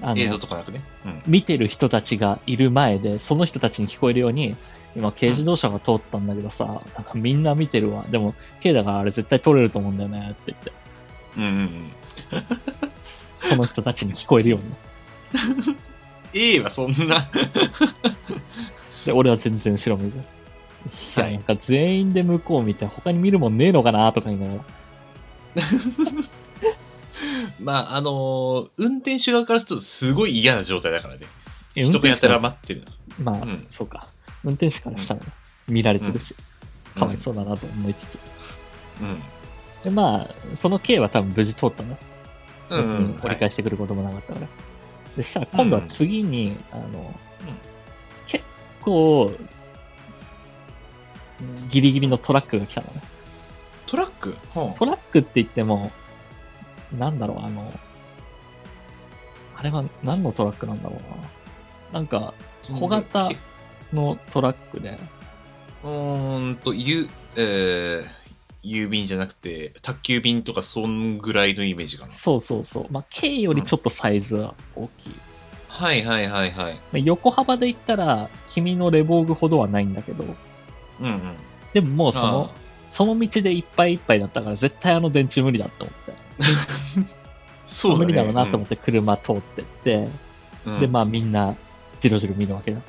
あうん。の映像とかなくね。うん。見てる人たちがいる前で、その人たちに聞こえるように、今軽自動車が通ったんだけどさ、なんかみんな見てるわ。でも、軽だからあれ絶対取れると思うんだよねって言って、うんうんうん。その人たちに聞こえるよう に。 A はそんな。で、俺は全然後ろ見ず。いや、はいなんか全員で向こう見て、他に見るもんねえのかなとか言いながら。まあ、あのー運転手側からするとすごい嫌な状態だからね。え人がやたら運待ってるな。まあ、うんそうか。運転手からしたらね、見られてるし、かわいそうだなと思いつつ。うん。で、まあ、その K は多分無事通ったの。う別ん。うんに折り返してくることもなかったから。でしたら今度は次に、あの、結構、ギリギリのトラックが来たのね。トラックほトラックって言っても、なんだろう、あの、あれは何のトラックなんだろうな。なんか、う小型のトラックで、うーんと、ゆ、えー、郵便じゃなくて、宅急便とか、そんぐらいのイメージかな。そうそうそう、まあ、K よりちょっとサイズは大きい。はいはいはいはい。まあ横幅で言ったら、君のレボーグほどはないんだけど、うんうん。でももうそのあ、その道でいっぱいいっぱいだったから、絶対あの電柱無理だと思って。ーそうだ、ね、無理だろうなと思って車通ってって、うん、で、まあみんな、じろじろ見るわけだ。あ、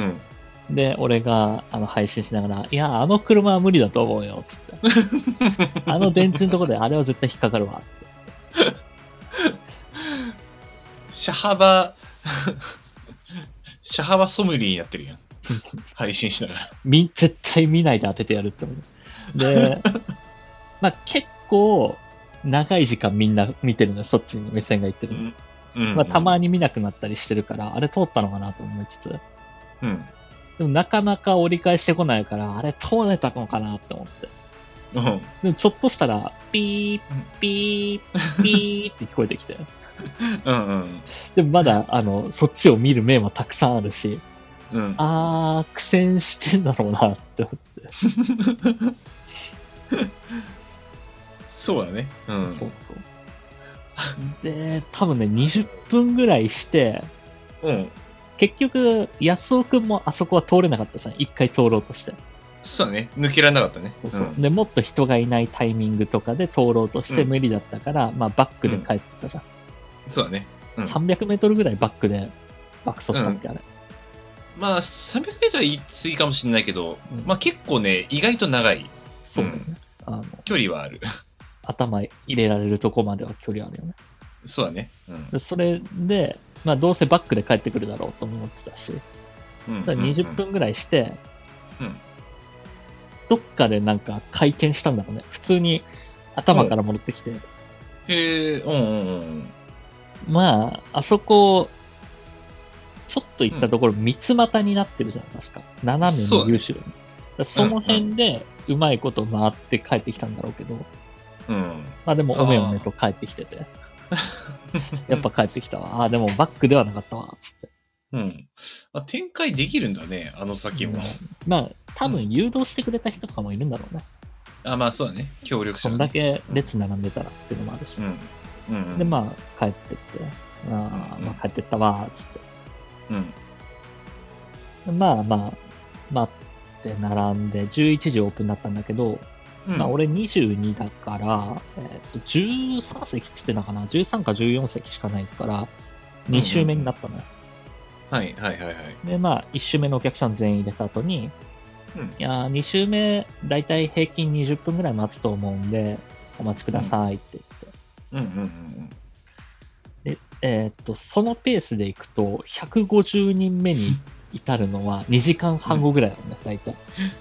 うん。で、俺があの配信しながら、いや、あの車は無理だと思うよ、つって。 あの電柱のところで、あれは絶対引っかかるわ。って車 幅、車幅ソムリーになっ てるやん。配信しながら。み絶対見ないで当ててやるって思う。 で、まあ結構、長い時間みんな見てるのよ、そっちに目線がいってるの。うんまあたまに。に見なくなったりしてるから、あれ通ったのかなと思いつつ、うん。でもなかなか折り返してこないから、あれ通れたのかなって思って。うん。でもちょっとしたら、ピー、ピー、ピーって聞こえてきて。うんうん。でもまだ、あの、そっちを見る面はたくさんあるし、うん。あー、苦戦してんだろうなって思って。 そうだね。うん。そうそう。で、多分ね、20分ぐらいして、うん。結局、安尾くんもあそこは通れなかったじゃん。一回通ろうとして。そうだね。抜けられなかったね。そうそう。んで、もっと人がいないタイミングとかで通ろうとしてうん無理だったから、まあバックで帰ってたじゃん。そうだね。うん300メートルぐらいバックで爆走したってあれ。まあ、300メートルは言い過ぎかもしれないけど、うんまあ結構ね、意外と長いそうだよね。あの、距離はある。 頭入れられるとこまでは距離あるよね。そうだね。うんでそれで、まあ、どうせバックで帰ってくるだろうと思ってたし、うん。ただ20分ぐらいして、うんどっかでなんか回転したんだろうね。普通に頭から戻ってきて、へえ、うんうんうん。まあ、あそこ、ちょっと行ったところ、三つ股になってるじゃん、確か。斜めそうのだね優秀、だからその辺で、うまいこと回って帰ってきたんだろうけど、うん。まあでも、おめおめと帰ってきてて、やっぱ帰ってきたわ。ああー、でもバックではなかったわ、つって。うん。あ、展開できるんだね、あの先も。まあ、多分誘導してくれた人とかもいるんだろうね。あ、まあそうだね。協力そ者んだのね。け列並んでたらっていうのもあるし。うん。うん。で、まあ、帰ってって、ああうんまあ、帰ってったわ、つって。あ。うん。でまあまあ、待って並んで、11時オープンだったんだけど、うんまあ、俺22だから、えっと13席っつってたかな13か14席しかないからんうん2周目になったのよ、はいはいはいはい。でまあ1周目のお客さん全員入れた後にうんいやー2周目だいたい平均20分ぐらい待つと思うんでお待ちくださいって言って、うんうんうんえーっとそのペースでいくと150人目に至るのは2時間半後ぐらいだもんね、大体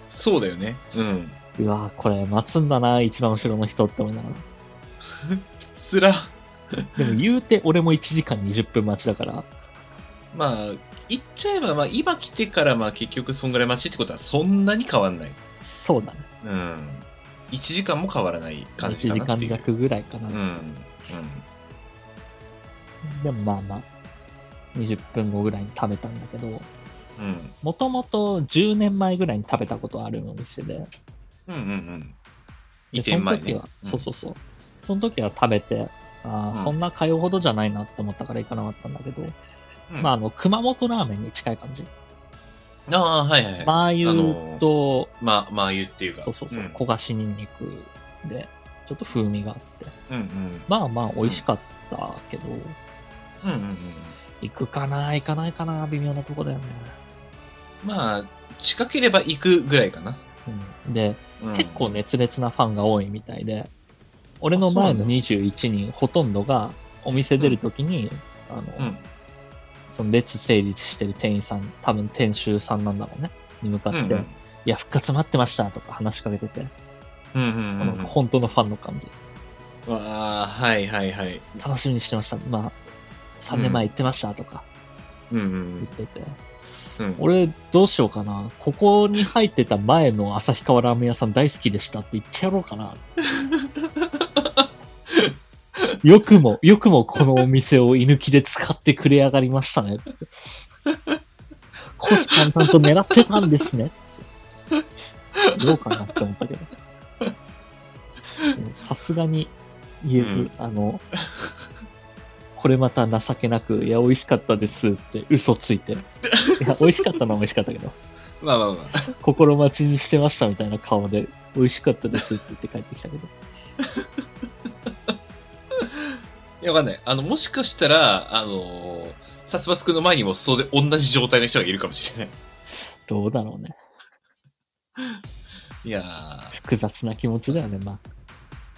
そうだよね。うん。うわーこれ待つんだな一番後ろの人って思いながらつら。でも言うて俺も1時間20分待ちだからまあ、言っちゃえば、まあ、今来てから、まあ、結局、そんぐらい待ちってことは、そんなに変わんない。そうだねうん。1時間も変わらない感じ1か時な間っていう。弱ぐらいかな、うん。うん。でもまあまあ20分後ぐらいに食べたんだけどうん。もともと10年前ぐらいに食べたことあるお店でうんうんうん。移でそ転の前時ねは、。そうそうそうその時は食べてあー、うんそんな通うほどじゃないなって思ったから行かなかったんだけど、うん。うんまああ、の熊本ラーメンに近い感じああ、はいはいはい。マーあ油のと、まあ、まあ言うっていうか。そうそうそう、ん焦がしにんにくでちょっと風味があってうんうん。まあまあ美味しかったけど、うんうんうん。行くかな行かないかな微妙なとこだよね、まあ、近ければ行くぐらいかな。うん、でうん結構。熱烈なファンが多いみたいで、俺のあそうな前んだの21人ほとんどがお店出るときに、あの、うん。その列成立してる店員さん、多分店主さんなんだろうね、に向かって、うんうんいや、復活待ってましたとか話しかけてて、うんうんうんこの本当のファンの感じ、うん。わあ、はいはいはい。楽しみにしてました、まあ、3年前行ってましたとかうんう言っんてて、うん。俺どうしようかな、ここに入ってた前の旭川ラーメン屋さん大好きでしたって言ってやろうか な。よくも、よくもこのお店を居抜きで使ってくれやがりましたね。虎視眈々と狙ってたんですね。どうかなって思ったけど。 でもさすがに言えず、うんあの、これまた情けなく、いや、美味しかったですって嘘ついて。いや、美味しかったのは美味しかったけど、まあまあまあ。心待ちにしてましたみたいな顔で、美味しかったですって言って帰ってきたけど。いや、わかんない。あの、もしかしたら、あのー、サスバス君の前にもそうで同じ状態の人がいるかもしれない。どうだろうね。いやー、複雑な気持ちだよね、まあ。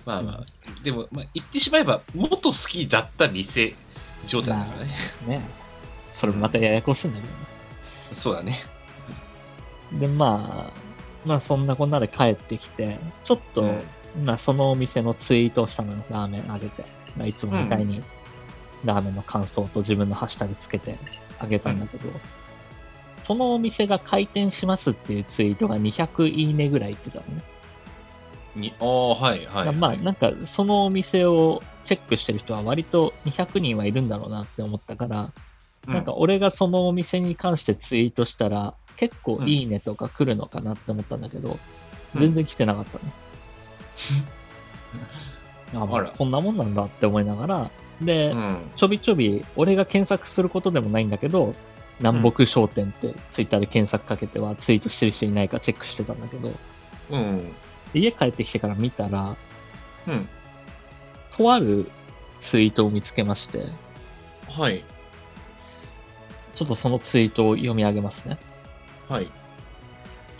まあまあ。でも、まあ、言ってしまえば、元好きだった店状態だからね。ねそれもまたややこしいんだけどね。そうだね。で、まあ、まあそんなこんなで帰ってきて、ちょっと、うんまあそのお店のツイートをしたのよ、ラーメンあげて。まあ、いつもみたいに、ラーメンの感想と自分のハッシュタグつけてあげたんだけど、そのお店が開店しますっていうツイートが200いいねぐらいいってたのね。にああ、はいはい、はい。まあなんかそのお店をチェックしてる人は割と200人はいるんだろうなって思ったから、うん、なんか俺がそのお店に関してツイートしたら、結構いいねとか来るのかなって思ったんだけど、うん全然来てなかったね。あま ああらこんなもんなんだって思いながら、で、うん。ちょびちょび俺が検索することでもないんだけど、南北商店ってツイッターで検索かけてはツイートしてる人いないかチェックしてたんだけど、うん。家帰ってきてから見たら、うん。とあるツイートを見つけまして、はい。ちょっとそのツイートを読み上げますね。はい。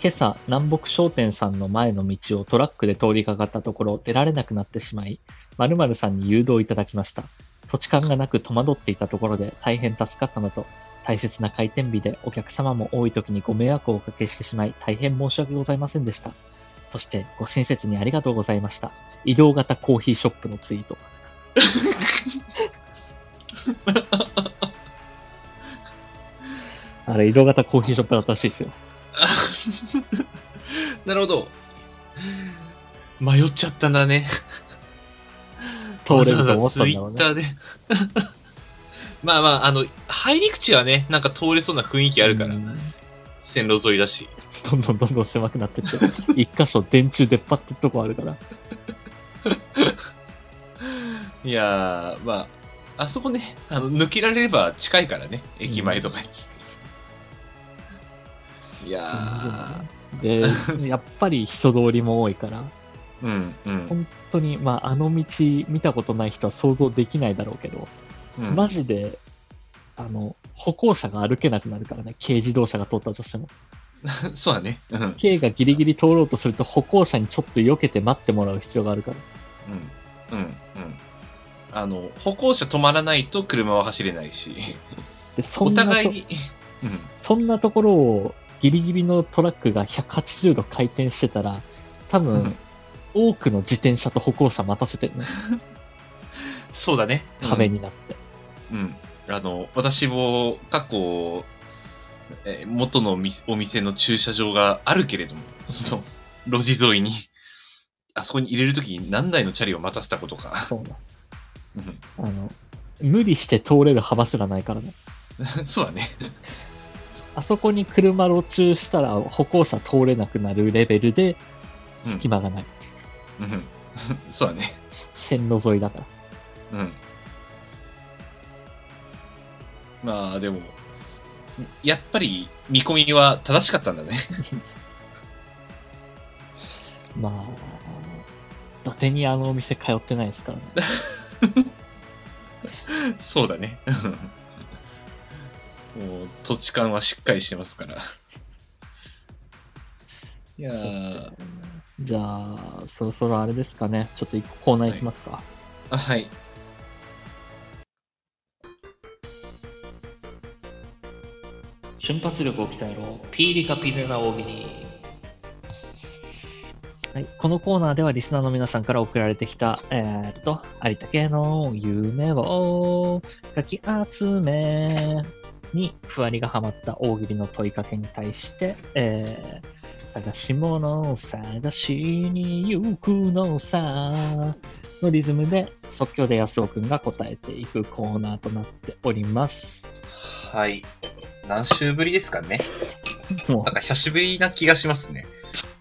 今朝、南北商店さんの前の道をトラックで通りかかったところ、出られなくなってしまい、〇〇さんに誘導いただきました。土地勘がなく戸惑っていたところで大変助かったのと、大切な開店日でお客様も多い時にご迷惑をおかけしてしまい、大変申し訳ございませんでした。そして、ご親切にありがとうございました。移動型コーヒーショップのツイート。あれ、移動型コーヒーショップだったらしいですよ。なるほど。迷っちゃったんだね。通れると思わっざたわんざだろうね Twitter で。 まあまあ、あの、入り口はね、なんか通れそうな雰囲気あるから、うん線路沿いだし。どんどんどんどん狭くなってって、一箇所電柱出っ張ってるとこあるから。いやー、まあ、あそこね、 あの抜けられれば近いからね、駅前とかに。いやで、やっぱり人通りも多いから、ー、うんうん本当に、まあ、あの道見たことない人は想像できないだろうけど、うんマジで、あの、歩行者が歩けなくなるからね、軽自動車が通ったとしても。そうだね。うんうん軽がギリギリ通ろうとすると歩行者にちょっと避けて待ってもらう必要があるから。うんうん。あの歩行者止まらないと車は走れないし、で、そおんなと互いに。うんそんなところをギリギリのトラックが180度回転してたら、多分、うん多くの自転車と歩行者待たせてるね、 そうだね。壁になって。うん。あの、私も過去、えー元のみお店の駐車場があるけれども、その、路地沿いに、あそこに入れるときに何台のチャリを待たせたことか。そうだ。うんあの、無理して通れる幅すらないからね。そうだね。あそこに車路中したら歩行者通れなくなるレベルで、うん隙間がない。うん。そうだね。線路沿いだから。うん。まあ、でも、やっぱり見込みは正しかったんだね。まあ、伊達にあのお店通ってないですからね。そうだね。 うんもう土地勘はしっかりしてますから。いやそうだーよねじゃあ、そろそろあれですかね。ちょっと一個コーナー行きますか。あはい。瞬発力を鍛えろピーリカピネラ大喜利はい、このコーナーではリスナーの皆さんから送られてきた、えーっと、有田家の夢をかき集めに、ふわりがハマった大喜利の問いかけに対して、えー探し物を探しに行くのさ、のリズムで即興で安尾くんが答えていくコーナーとなっております。はい。何週ぶりですかね。もうなんか久しぶりな気がしますね。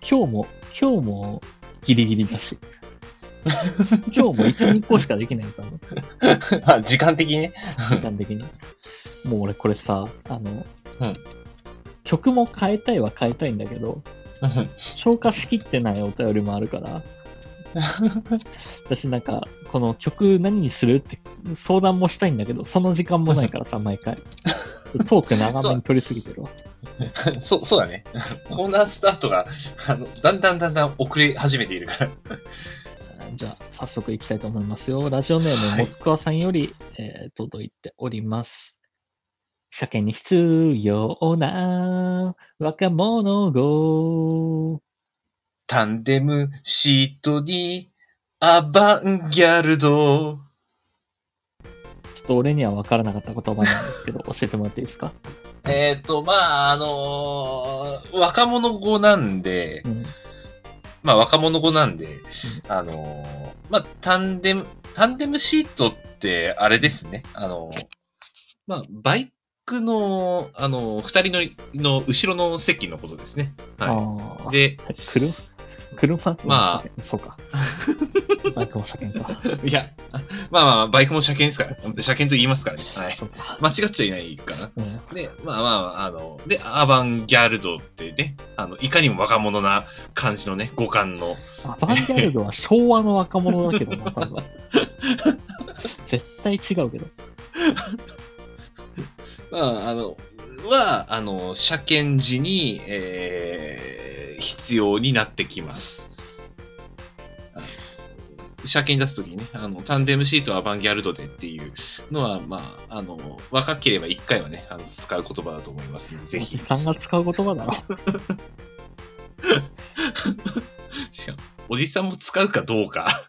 今日も、今日もギリギリだし。 今日も1、2個しかできないから、 あ時間的にね。時間的に。もう俺これさ、あの、うん曲も変えたいは変えたいんだけど、消化しきってないお便りもある から、私なんか、この曲何にするって相談もしたいんだけど、その時間もないからさ、毎 回。トーク長めに取りすぎてるわ。 そう、そうだね。コーナースタートが、あの、だんだんだんだん遅れ始めてい るから。じゃあ、早速いきたいと思いますよ。ラジオネーム、はいモスクワさんより、えー届いております。鮭に必要な若者語。タンデムシートに、アバンギャルド。ちょっと俺には分からなかった言葉なん ですけど、教えてもらっていいですか、えっ、と、まあ、あのー若者語なんで、うん、まあ、若者語なんで、あのーまあ、タンデム、タンデムシートって、あれですね。あのーまあ、バイクの、あのー二人の、の後ろの席のことですね。はあい。あ。で、車車まあ車そう か。バイクも車検か。いや、まあまあまあ、バイクも車検ですから、車検と言いますからね。はい。そうか。間違っちゃいないかな。うんで、まあまあ、あの、で、アバンギャルドってね、あの、いかにも若者な感じのね、五感の、アバンギャルドは昭和の若者だけどな、多 分。絶対違うけど。まあ、あの、は、あの、車検時に、えー、必要になってきます。あ車検出すときにね、あの、タンデムシートアバンギャルドでっていうのは、まあ、あの、若ければ一回はね、あの使う言葉だと思いますので、ぜおじひ。さんが使う言葉だろ。しかもおじさんも使うかどうか。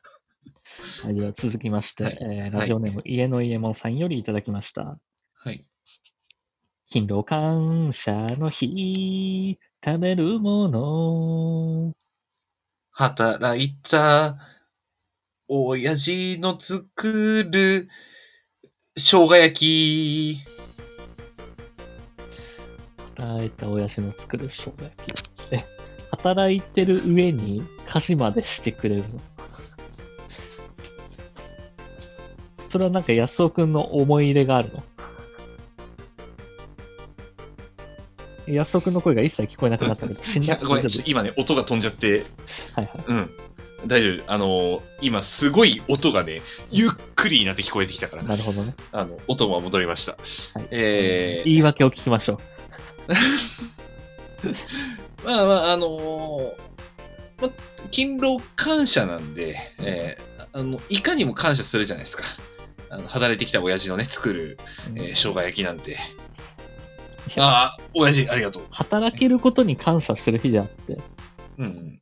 はい、では続きまして、はいえーはいラジオネーム、家の家門さんよりいただきました。はい。勤労感謝の日、食べるもの。働いた、親父の作る、生姜焼き。働いた親父の作る生姜焼き。え、働いてる上に家事までしてくれるの。それはなんか安尾くんの思い入れがあるの。安尾くんの声が一切聞こえなくなったけど、死んいだや、ごめん、大丈 ちょっと今ね、音が飛んじゃって、夫はいはい。うん。大丈夫。あのー今すごい音がね、ゆっくりになって聞こえてきたから、なるほどね。あの、音は戻りました。はいえー言い訳を聞きましょう。まあまあ、あのーま、勤労感謝なんで、えーあの、いかにも感謝するじゃないですか。あの働いてきた親父のね、作る、えー、生姜焼きなんて。ああ、親父、ありがとう。働けることに感謝する日であって、うんうん。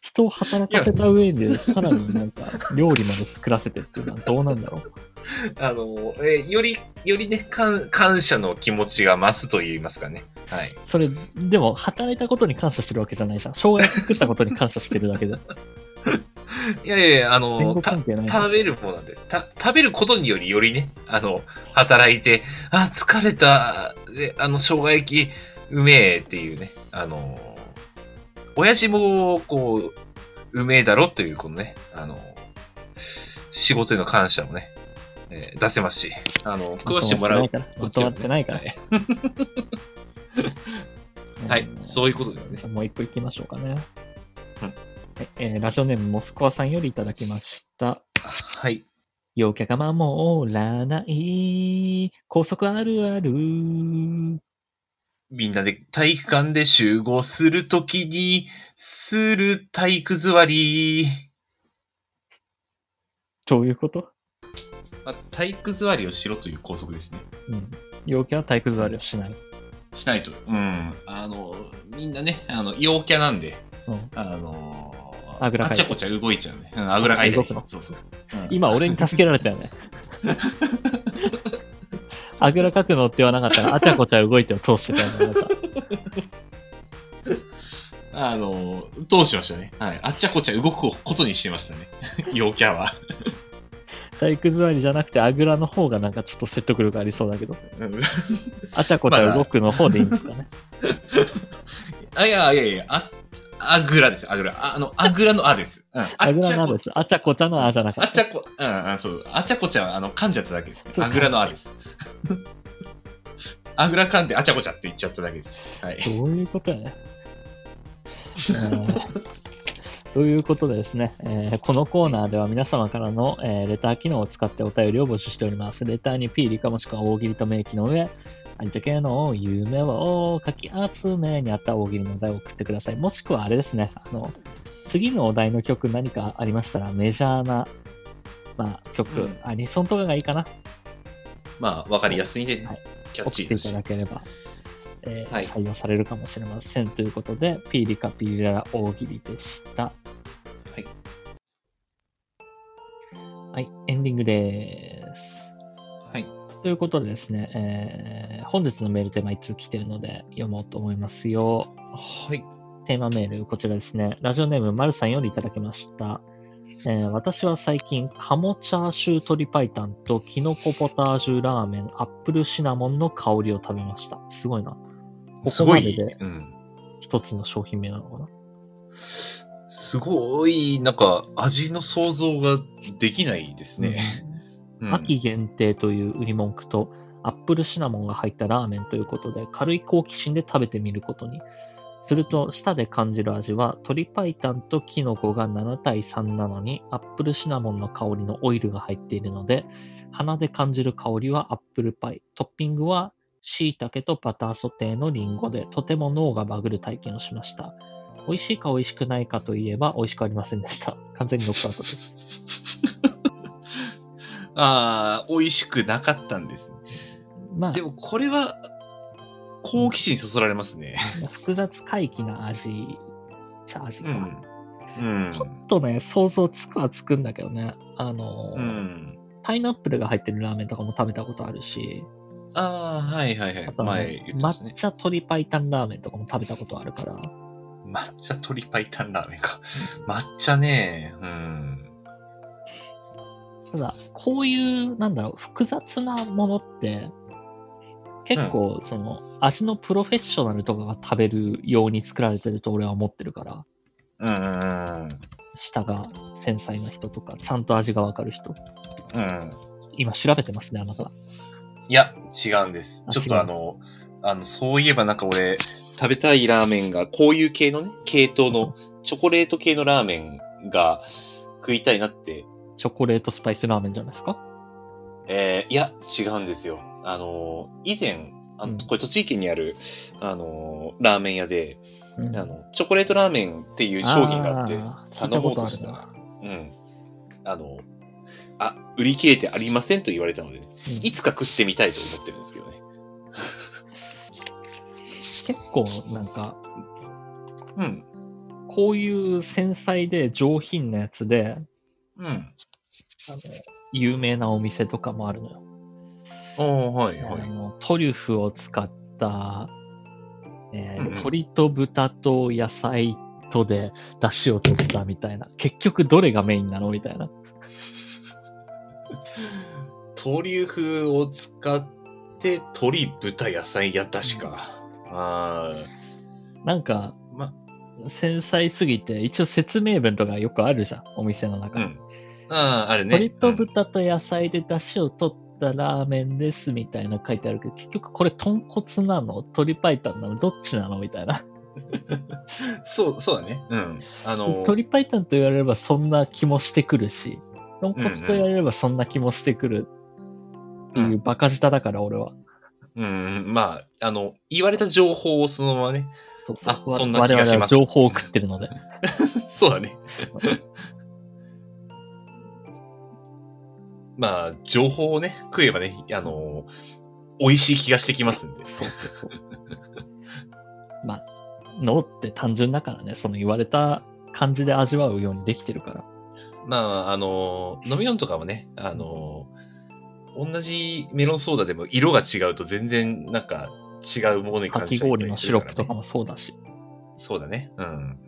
人を働かせた上で、さらになんか料理まで作らせてっていうのはどうなんだろう。あのーえーより、よりね、感感謝の気持ちが増すと言いますかね。はい。それ、でも働いたことに感謝してるわけじゃないじゃん。生姜焼き作ったことに感謝してるだ けで。いやいやいや、あのー全国た関係ないから。食べるものなんで、た食べることによりよりね、あの、働いて、あ、疲れた、で、あの、生姜焼き、うめえっていうね、あの、親父も、こう、うめえだろという、このね、あの、仕事への感謝もね、えー出せますし、あの、食わしてもらう。こまっちとまもっねてないから。はいうんはいそういうことですねじゃあもう一個行きましょうかね。うんはいえーラジオネームモスクワさんよりいただきました。はい。陽キャが守らない。高速あるある。みんなで体育館で集合するときに、する体育座り。どういうこと、まあ、体育座りをしろという校則ですね。うん、陽キャは体育座りをしない。しないと。うん。あの、みんなね、あの、陽キャなんで、うんあのー、あぐらかいちてゃこちゃ動いちゃうね。うん、あぐらかいて。動くのそうそう。今、俺に助けられた よね。あぐらかくのって言わなかったら、あちゃこちゃ動いてを通してたよね。なんかあのー、どうしましたね。はい。あっちゃこちゃ動くことにしてましたね。 陽キャは。体育座りじゃなくて、あぐらの方がなんかちょっと説得力ありそうだけど、うんあちゃこちゃ動くの方でいいんですかね。あ、いやいやいや、あ、あぐらですよ、あぐら。ああの、あぐらのあです。うん。あぐらのああっちゃこです。あちゃこちゃのあじゃなかあっ。ったちゃこ、うん、うん、そう。あっちゃこちゃは、あの、噛んじゃっただけですそう。かあぐらのあです。 あぐら噛んで、あちゃこちゃって言っちゃっただけです。はい。どういうことやね。え ーということでですね、えーこのコーナーでは皆様からの、えーレター機能を使ってお便りを募集しております。レターに P 理科もしくは大喜利と名記の上、有田系の夢を書き集めにあった大喜利のお題を送ってください。もしくはあれですね、あの、次のお題の曲何かありましたらメジャーな、まあ、曲、うんアニソンとかがいいかなまあ、わかりやすいで、はいキャッ送チっーてでいすたし。だければ、えーはい採用されるかもしれませんということで、ピーリカピーララ大喜利でした。はい。はい、エンディングです。はい。ということでですね、えー本日のメールテーマ1通来てるので読もうと思いますよ。はい。テーマメール、こちらですね。ラジオネーム、まるさんよりいただきました。えー私は最近、カモチャーシュー鶏白湯とキノコポタージュラーメン、アップルシナモンの香りを食べました。すごいな。こすこごまでい、でうん。一つの商品名なのかな。すごい、なんか、味の想像ができないですね。うん秋限定という売り文句と、アップルシナモンが入ったラーメンということで、軽い好奇心で食べてみることに。すると、舌で感じる味は、鶏白湯とキノコが7対3なのに、アップルシナモンの香りのオイルが入っているので、鼻で感じる香りはアップルパイ、トッピングは椎茸とバターソテーのリンゴで、とても脳がバグる体験をしました。美味しいか美味しくないかといえば、美味しくありませんでした。完全にノックアウトです。ああ、美味しくなかったんですね。まあで、も、これは、好奇心そそられますね。複雑怪奇な味ちゃ味か、うん。うん。ちょっとね想像つくはつくんだけどねあの、うん。パイナップルが入ってるラーメンとかも食べたことあるしああ、はいはいはあい。とは前ね、言ってました抹ね。茶鶏白湯ラーメンとかも食べたことあるから抹茶鶏白湯ラーメンか。抹茶ね、うん。ただこういうなんだろう複雑なものって結構その、味のプロフェッショナルとかが食べるように作られてると俺は思ってるからうんうんうん舌が繊細な人とかちゃんと味がわかる人うん。うん。今調べてますねあなたいや、違うんです。あちょっとあの、あの、そういえばなんか俺、食べたいラーメンが、こういう系のね、系統のチョコレート系のラーメンが食いたいなって、チョコレートスパイスラーメンじゃないですかえーいや、違うんですよ。あのー以前、あうんのこれ栃木県にある、あのーラーメン屋で、うんあの、チョコレートラーメンっていう商品があって、あー頼もうとしたら、うん。あの、あ、売り切れてありませんと言われたので、聞いいつか食ってみたいと思ってるんですけどね。たことあるなうん結構なんか、うん。こういう繊細で上品なやつで、うん。あの有名なお店とかもあるのよ。ああ、はい、はあい。のトリュフを使った、えーうんうん鶏と豚と野菜とで出汁を取ったみたいな結局どれがメインなのみたいなトリュフを使って、鶏、豚、野菜やだしか。あなんかあ、ま、繊細すぎて一応説明文とかよくあるじゃんお店の中うに、ん。ああ、あるね。鶏と豚と野菜で出汁を取ったラーメンですみたいな書いてあるけど結局これ豚骨なの鶏白湯なのどっちなのみたいなうんそう、そうだね。うん。あの、鳥パイタンと言われればそんな気もしてくるし、豚骨と言われればそんな気もしてくるっていうバカ舌だから俺は。うん、まあ、あの、言われた情報をそのままね。 そうそうあわそんな気がします我々は情報を送ってるので。 そうだね。まあ、情報をね、食えばね、あの美味しい気がしてきますんで。そうそうそう。まあ、脳って単純だからね、その言われた感じで味わうようにできてるから。まあ、あの飲み物とかもね、あの同じメロンソーダでも色が違うと全然なんか違うものにか感きじちゃった氷りのすシるロかッらプねとかもそうだし。そうだね。うん。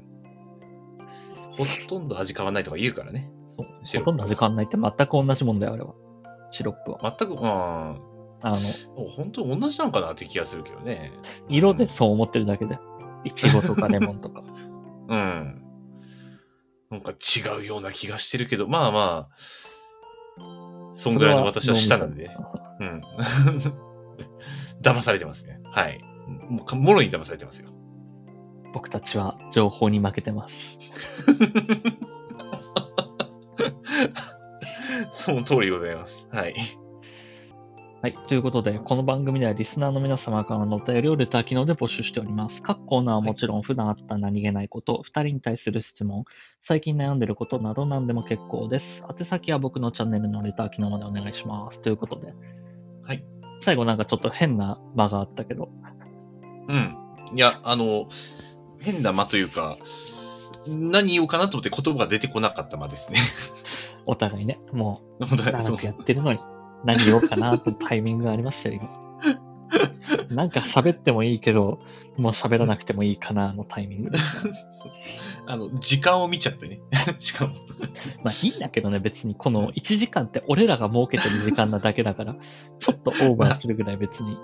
ほとんど味変わんないとか言うからね。そうシロッほとプんど味変わんないって全く同じもんだよ、あれは。シロップは。全く、うん。もあの、う本当に同じなのかなって気がするけどね。色でそう思ってるだけで。いちごとかレモンとか。うん。なんか違うような気がしてるけど、まあまあ、 そんぐらいの私は下なんでね。うん。 騙されてますね。はい。もうかもろに騙されてますよ。僕たちは情報に負けてます。その通りでございます。はい。はい。ということで、この番組ではリスナーの皆様からのお便りをレター機能で募集しております。各コーナーはもちろん、普段あった何気ないこと、二、人に対する質問、最近悩んでることなど何でも結構です。宛先は僕のチャンネルのレター機能までお願いします。ということで、はい。最後なんかちょっと変な間があったけど、うん。いや、あの、変な間というか、何言おうかなと思って言葉が出てこなかった間ですね。 お互いね、もだうからそ長うくやってるのに、何言おうかなとタイミングがありましたよ、今。なんか喋ってもいいけど、もう喋らなくてもいいかなのタイミングでした。あの、時間を見ちゃってね。 しかも。まあいいんだけどね、別にこの1時間って俺らが設けてる時間なだけだから、ちょっとオーバーするぐらい別に、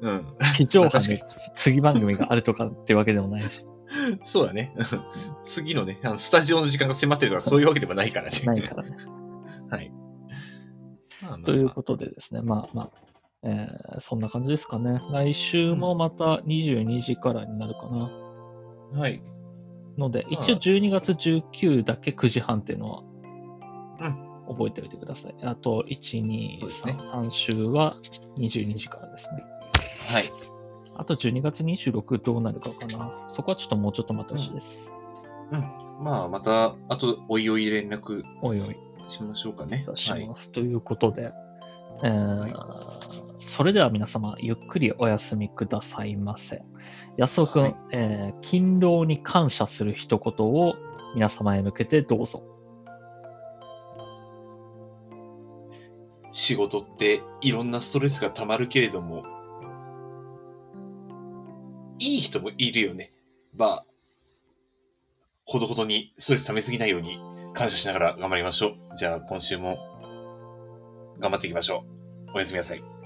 うん。地上波確かでに次番組があるとかってわけでもないし、そうだね。次のね、あのスタジオの時間が迫ってるとかそういうわけでもないからね。ないからね。 はい。まあまあまあということでですね、まあまあ、えーそんな感じですかね。来週もまた22時からになるかな。はい。ので、一応12月19だけ9時半っていうのは、覚えておいてください。あと、1、2、そうですね3、3週は22時からですね。はい。あと12月26どうなるかかな。そこはちょっともうちょっと待ってほしいです。まあ、また、あと、おいおい連絡おいおい、しましょうかねい。たしはい。ます。ということで、えーそれでは皆様、ゆっくりお休みくださいませ。安尾くん、はいえー勤労に感謝する一言を皆様へ向けてどうぞ。仕事っていろんなストレスがたまるけれども、いい人もいるよね。まあ、ほどほどにストレス溜めすぎないように感謝しながら頑張りましょう。じゃあ今週も頑張っていきましょう。おやすみなさい。